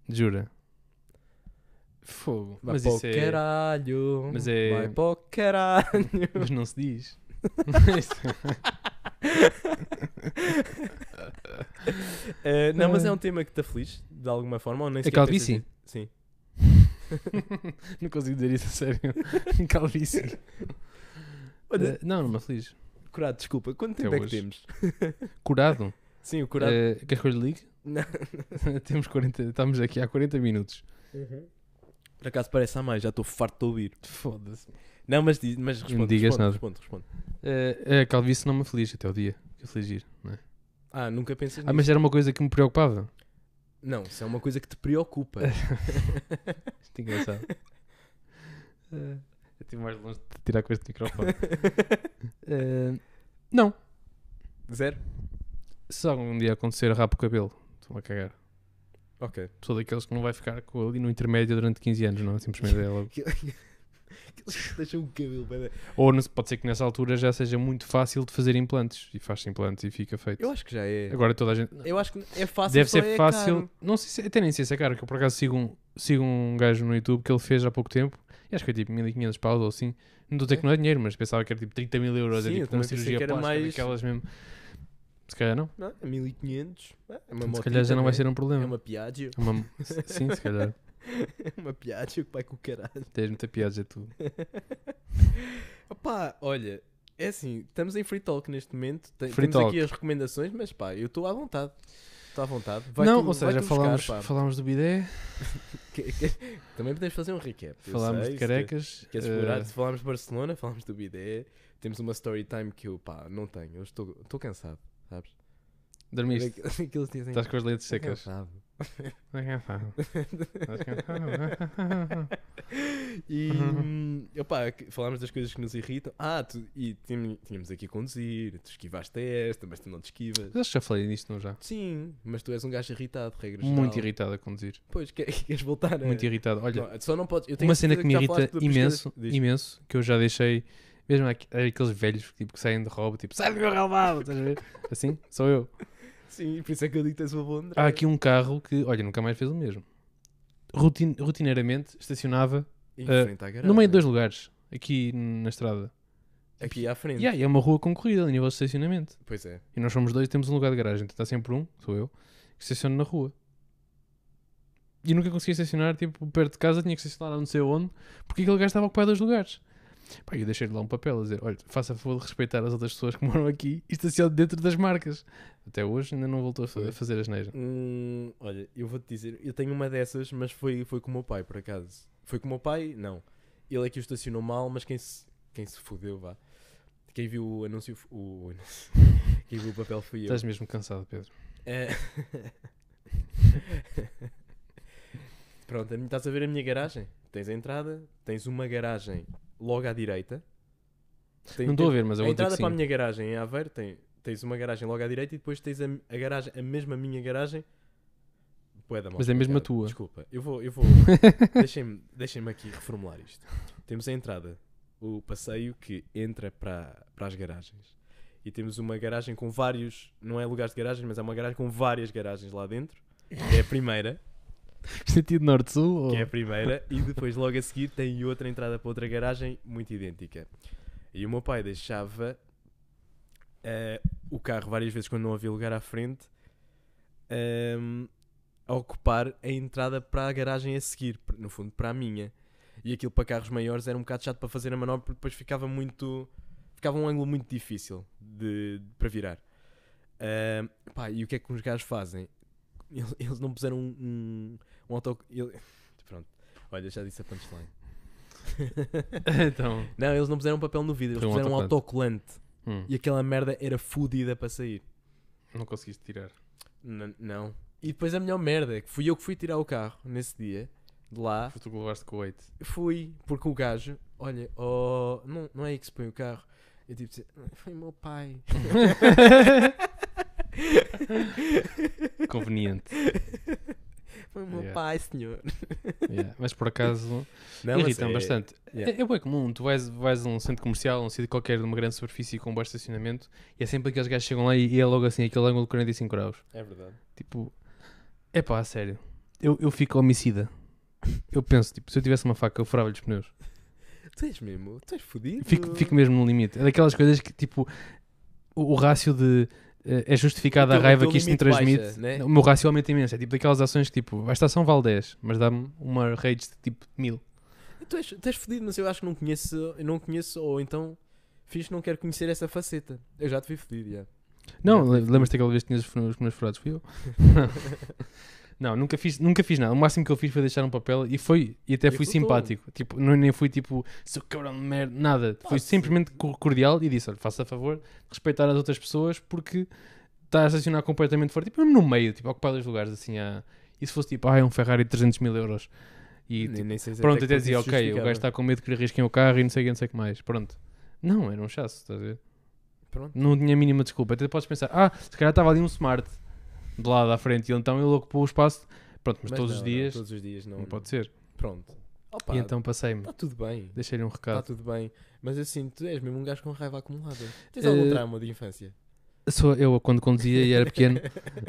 Jura? Fogo. Vai mas para o isso é. caralho. mas é- Vai para o caralho. Mas não se diz. é Eh, não, mas é um tema que te aflige, de alguma forma, ou nem Ah. sequer É calvície? pensas nisso? Sim. um- não consigo dizer isso a sério. calvície. Olha, Eh, não, não me aflige. curado, desculpa, quanto até tempo é que hoje. temos? Curado. Sim, o curado. Eh, queres que eu lhe ligue? Não. Temos 40, estamos aqui há 40 minutos. Por acaso parece a mais, já estou farto de ouvir. Foda-se. Não, mas, diz- mas responde, digas responde, nada. responde, responde. Eh, a calvície não me aflige até o dia que afligir. Não é? Ah, nunca pensas Ah, nisso. mas era uma coisa que me preocupava. Não, isso é uma coisa que te preocupa. Isto é engraçado. Eh, eu estive mais longe de tirar com este microfone. Eh, não. Zero? Se algum dia acontecer, rapo o cabelo. Estou-me a cagar. Ok. Sou daqueles que não vai ficar com ali no intermédio durante 15 anos, não? Simplesmente é logo. Deixa o cabelo. bué da- Ou não se- pode ser que nessa altura já seja muito fácil de fazer implantes. E faz implantes e fica feito. Eu acho que já é. Agora toda a gente. Eu acho que é fácil. Deve só ser é fácil. caro. Não sei se, até nem sei se é caro, que eu por acaso sigo um, sigo um gajo no YouTube que ele fez há pouco tempo. E acho que é tipo 1500 paus ou assim. Não estou a dizer que não é dinheiro, mas pensava que era tipo 30 mil euros. Sim, é eu tipo também uma pensei cirurgia que era plástica mais- daquelas mesmo. Se calhar não. Não, é 1500. É uma se motita, calhar já não vai né? ser um problema. É uma piagem. É uma- Sim, se calhar. É uma piagem que vai com o caralho. Tens muita piada, é tudo. Opá, olha. É assim, estamos em free talk neste momento. Tem, Free temos aqui as recomendações, mas pá, eu estou à vontade. Estou à vontade. Vai não, tu- ou vai seja, tu falámos, buscar, pá. falámos do bidé, Que- que- Também podemos fazer um recap. Eu falámos sei, de se quer- carecas. Queres eh, explorar? Falámos de Barcelona, falámos do BD. Temos uma story time que eu, pá, não tenho. Eu estou, estou cansado, sabes? dormiste. Aqu- Aqueles dizem. Estás com as lentes "Estou secas. cansado." E, hum, opá, que- falámos das coisas que nos irritam. Ah, tu- e tínhamos, tínhamos aqui a conduzir. Tu esquivaste esta, mas tu não te esquivas. Acho que já falei nisto, não já? Sim, mas tu és um gajo irritado, regra geral. Muito irritado a conduzir. Pois, que- queres voltar a... Muito irritado. Olha, Não, só não podes... Eu tenho uma cena certeza que me já falaste irrita da pesquisa- imenso, Diz. imenso, que eu já deixei. Mesmo aqu- aqueles velhos tipo, que saem de roubo, tipo, sai do meu relvado, estás a ver? Assim, sou eu. Sim, por isso é que eu digo que tens uma boa André. Há aqui um carro que, olha, nunca mais fez o mesmo. Rutin- rotineiramente estacionava Em eh, frente à no meio de garagem. dois lugares, aqui na estrada. Aqui à frente. E aí é uma rua concorrida a nível de estacionamento. Pois é. E nós somos dois e temos um lugar de garagem. Então está sempre um, sou eu, que estaciona na rua. E eu nunca consegui estacionar, tipo, perto de casa, tinha que estacionar não sei onde, porque aquele gajo estava a ocupar dois lugares. Pá, eu deixei-lhe lá um papel a dizer: olha, faça favor de respeitar as outras pessoas que moram aqui e estacione dentro das marcas. Até hoje ainda não voltou a fa- a fazer as neiras. Hum, olha, eu vou-te dizer, eu tenho uma dessas, mas foi, foi com o meu pai, por acaso. Foi com o meu pai? Não. Ele é que o estacionou mal, mas quem se, quem se fudeu, vá. Quem viu o anúncio. f- O, o anúncio- Quem viu o papel fui eu. Estás mesmo cansado, Pedro. É. Pronto, a minha- estás a ver a minha garagem? Tens a entrada, tens uma garagem logo à direita. Tem- não estou a tem- ver, mas eu a vou dizer entrada que para a sim. minha garagem em Aveiro tem, tens uma garagem logo à direita e depois tens a, a garagem, a mesma minha garagem. Bué da Mas malta, é mesmo a cara, tua. Desculpa, eu vou. Eu vou Deixem-me deixem aqui reformular isto. Temos a entrada, o passeio que entra para, para as garagens. E temos uma garagem com vários. Não é lugares de garagem, mas é uma garagem com várias garagens lá dentro. Que é a primeira. Sentido norte-sul? ou- que é a primeira, e depois logo a seguir tem outra entrada para outra garagem muito idêntica. E o meu pai deixava eh, o carro várias vezes quando não havia lugar à frente ehm, a ocupar a entrada para a garagem a seguir, pr- no fundo para a minha. E aquilo para carros maiores era um bocado chato para fazer a manobra porque depois ficava muito. ficava um ângulo muito difícil de, de- para virar. Ehm, pá, e o que é que os gajos fazem? Eles, eles não puseram um, um, um auto. ele- Pronto. Olha, já disse a punchline. é- então. não, eles não puseram papel no vidro, eles Foi um puseram um autocolante. hum, E aquela merda era fodida para sair. Não conseguiste tirar. N- não. E depois a melhor merda é que fui eu que fui tirar o carro nesse dia. De lá, Porque tu levaste com oito. fui, porque o gajo, olha, oh, não, não é aí que se põe o carro. Eu tipo, disse, foi meu pai. Conveniente. Foi meu Yeah. pai, senhor. Yeah, Mas por acaso Não, mas irritam é- bastante. yeah. É, é bem comum. Tu vais, vais a um centro comercial, a um sítio qualquer de uma grande superfície com um bom estacionamento e é sempre aqueles gajos que chegam lá e, e é logo assim aquele ângulo de 45 graus. É verdade. Tipo, é pá, a sério. Eu, eu fico homicida. Eu penso, tipo, se eu tivesse uma faca, eu furava-lhe os pneus. Tu és mesmo, tu és fodido. Fico, fico mesmo no limite. É daquelas coisas que, tipo, o, o rácio de. eh, é justificada O a teu- raiva o teu que isto me limite baixa, transmite. né? O meu rácio aumenta imenso. É tipo daquelas ações que, tipo, vai estar São Valdez, mas dá-me uma rage de tipo mil. Tu és, tu és fodido, mas eu acho que não conheço, eu não conheço, ou então fiz não quero conhecer essa faceta. Eu já te vi fodido, já. Não, Já le- lembras-te daquela vez que tinhas os pneus os pneus furados? Fui eu. não, nunca fiz, nunca fiz nada. O máximo que eu fiz foi deixar um papel e foi, e até E fui resultou. simpático. Tipo, não, nem fui tipo, seu cabrão de merda, nada. Pá, Fui sim. simplesmente co- cordial e disse: olha, faça a favor, de respeitar as outras pessoas porque está a estacionar completamente fora, tipo, mesmo no meio, tipo, a ocupar dois lugares assim. A... E se fosse tipo, ah, é um Ferrari de 300 mil euros. E tipo, pronto, até dizia, ok, o gajo tá está com medo que lhe arrisquem o carro e não sei o que, não sei o que mais. Pronto. Não, era um chasso, estás a ver? Pronto. não tinha a mínima desculpa. Até podes pensar, ah, se calhar estava ali um smart de lado à frente e então ele ocupou o espaço. Pronto, mas, todos não, os não, dias não, todos os dias não. pode ser. Pronto. Opa, e então passei-me, Está tudo bem. deixei-lhe um Está recado. tudo bem. Mas assim, tu és mesmo um gajo com raiva acumulada. Tens algum Eh, trauma de infância? Sou eu quando conduzia e era pequeno.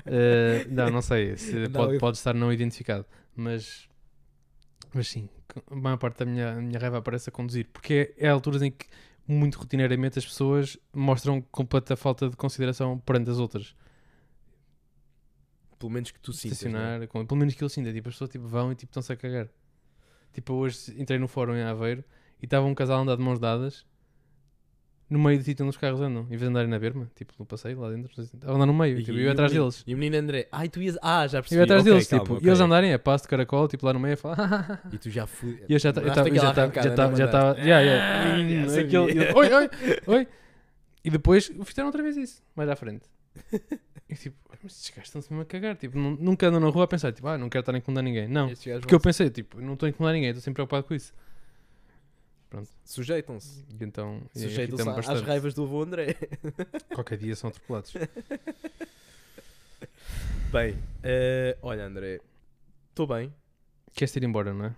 eh, não, não sei, se Não, pode, eu- pode estar não identificado, mas, mas sim, a maior parte da minha, a minha raiva aparece a conduzir, porque é, é alturas em que muito rotineiramente as pessoas mostram completa falta de consideração perante as outras. Pelo menos que tu sintas. não é? estacionar, com- pelo menos que eu sinta, tipo, as pessoas tipo, vão e tipo, estão-se a cagar. Tipo, eu hoje entrei no fórum em Aveiro e estava um casal a andar de mãos dadas no meio de sítio onde os carros andam, em vez de andarem na berma, tipo, no passeio lá dentro, a andar no meio, E- tipo, e eu o ia atrás menino- deles. E o menino André, ai tu ias. Ah, já Eu percebi. ia atrás Ok, deles, calma, tipo, ok. e eles andarem a passo de caracol, tipo, lá no meio, a falar. E tu já fui. E eu já estava, Mandaste já aquela estava, já arrancada, estava, não já estava, mandaste? já, Ah, já já, sabia. aquele, ele, oi, oi, oi. E depois fizeram outra vez isso, mais à frente. E tipo, mas estes gajos estão-se mesmo a cagar, tipo, nu- nunca andam na rua a pensar, tipo, ah, não quero estar a incomodar ninguém. Não, Estes gajos porque eu vão- pensei, tipo, não estou a incomodar ninguém, estou sempre preocupado com isso. Sujeitam-se. E então, é, Sujeitam-se irrita-me à- às bastante. raivas do avô André. Qualquer dia são atropelados. Bem, eh, olha André, estou bem. Queres ir embora, não é?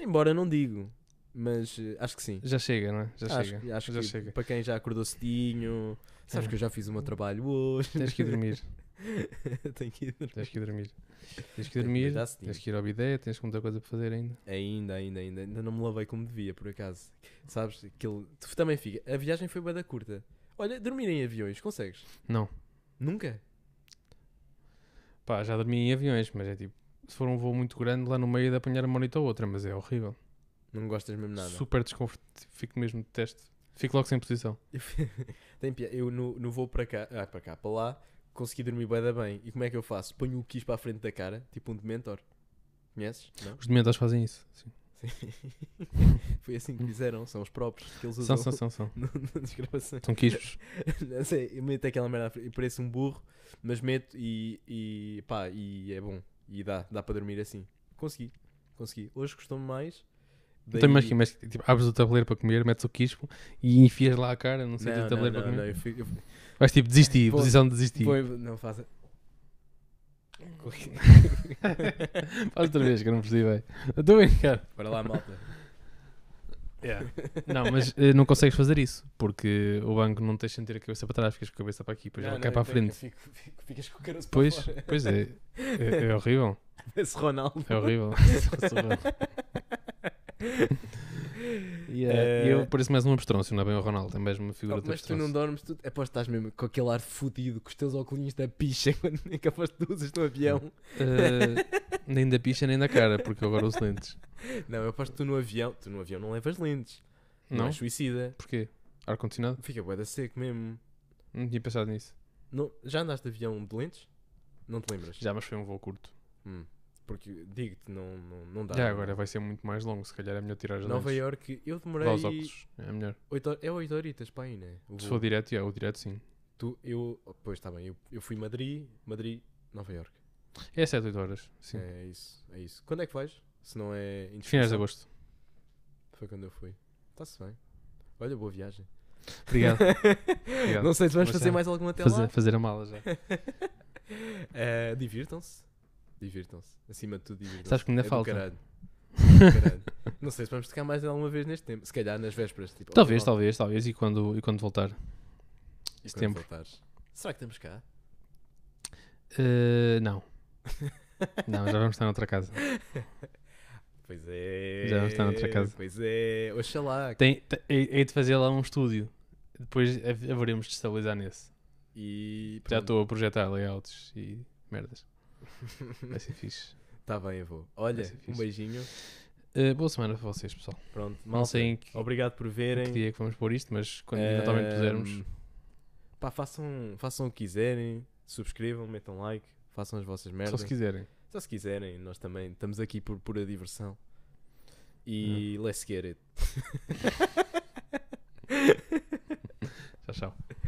Embora não digo, mas eh, acho que sim. Já chega, não é? Já acho chega. que, acho já que chega. para quem já acordou cedinho, sabes É. que eu já fiz o meu trabalho hoje. Tens que ir dormir, Tenho que ir dormir. tens que ir dormir. Tens que ir Tenho que dormir, acordar cedinho. tens que ir ao bidé, tens muita coisa para fazer ainda. Ainda, ainda, ainda. Ainda não me lavei como devia, por acaso. Sabes, aquele... Tu também fica. A viagem foi bué da curta. Olha, dormir em aviões, consegues? Não. Nunca? Pá, já dormi em aviões, mas é tipo, se for um voo muito grande, lá no meio é de apanhar uma noite ou outra, mas é horrível. Não gostas mesmo nada. Super desconfortável, fico mesmo de teste. Fico logo sem posição. Eu fi- Tem piada. Eu no, no voo para cá, ah, para cá, para lá, consegui dormir bué da bem. E como é que eu faço? Ponho o quis para a frente da cara, tipo um dementor. Conheces? Não? Os dementores fazem isso. sim. Foi assim que fizeram, são os próprios que eles usam São, são, são, são. no- nas gravações. São quispos. Não sei, eu meto aquela merda, à frente, eu pareço um burro, mas meto e, e pá, e é bom. E dá, dá para dormir assim. Consegui, consegui. Hoje custou-me mais. Não tenho mais daí- que mas tipo, abres o tabuleiro para comer, metes o quispo e enfias lá a cara no sítio do não, tabuleiro não, para não, comer. eu fui- eu fui- Vais tipo desistir, Pô, posição de desistir. foi- não faça. Faz outra vez que eu não percebi bem. Estou a brincar. Para lá, malta. Não, mas eh, não consegues fazer isso porque o banco não te deixa meter a cabeça para trás, ficas com a cabeça para aqui, depois Não, ela não, cai eu para a fico- eu frente. fico- fico- Ficas com o caroço para Pois, fora. pois é, é, é horrível. Esse Ronaldo. É horrível. E eh, Eh, eu pareço mais um abstrôncio, não é bem o Ronaldo, é mesmo uma figura Oh, de mas tu não abstrôncio. dormes, tu aposto que estás mesmo com aquele ar fudido, com os teus óculos da picha, quando nem que aposto que tu usas no avião. Eh, nem da picha, nem da cara, porque eu agora uso lentes. Não, eu aposto que tu no avião, tu no avião não levas lentes. Não, Não? és suicida. Porquê? Ar-condicionado? Fica bué da seco mesmo. Não tinha pensado nisso. Não, já andaste de avião de lentes? Não te lembras? Já, mas foi um voo curto. Hum, porque digo-te, não, não, não dá. Já agora vai ser muito mais longo, se calhar é melhor tirar as Nova lentes. York, eu demorei. Lá os óculos, é melhor. oito hor- é 8 horitas para aí, né? O Se voo. for direto, é, o direto sim. Tu, eu, pois está bem, eu, eu fui Madrid, Madrid, Nova York. É 7, 8 horas, sim. É isso, é isso. Quando é que vais? Se não é em Finais de discussão. agosto. Foi quando eu fui. Está-se bem. Olha, boa viagem. Obrigado. Obrigado. Não sei se vamos Mas fazer é, mais alguma até fazer, lá. fazer a mala já. Eh, divirtam-se. Divirtam-se. Acima de tudo, divirtam-se. Sabes que ainda é do falta? caralho. É do caralho. Não sei se vamos tocar mais alguma vez neste tempo. Se calhar nas vésperas. Tipo, Talvez, olha, malta, talvez, talvez. E quando, e quando voltar? e quando setembro. voltares. Será que estamos cá? Eh, não. Não, já vamos estar noutra casa. Pois é. Já vamos estar noutra casa. Pois é. Oxalá. Tem, te- hei hei de fazer lá um estúdio. Depois hav- haveremos de estabilizar nesse. E Já estou a projetar layouts e merdas. Vai ser fixe. Está Tá bem, eu vou. Olha, ser um fixe. beijinho. Eh, boa semana para vocês, pessoal. Pronto, não malta. sei em que, Obrigado por em verem. que dia é que vamos pôr isto, mas quando eventualmente Ehm, pusermos. Pá, façam, façam o que quiserem, subscrevam, metam like, façam as vossas merdas. Só se quiserem. Só se quiserem, nós também estamos aqui por pura diversão. Hum. E let's get it. Tchau, tchau.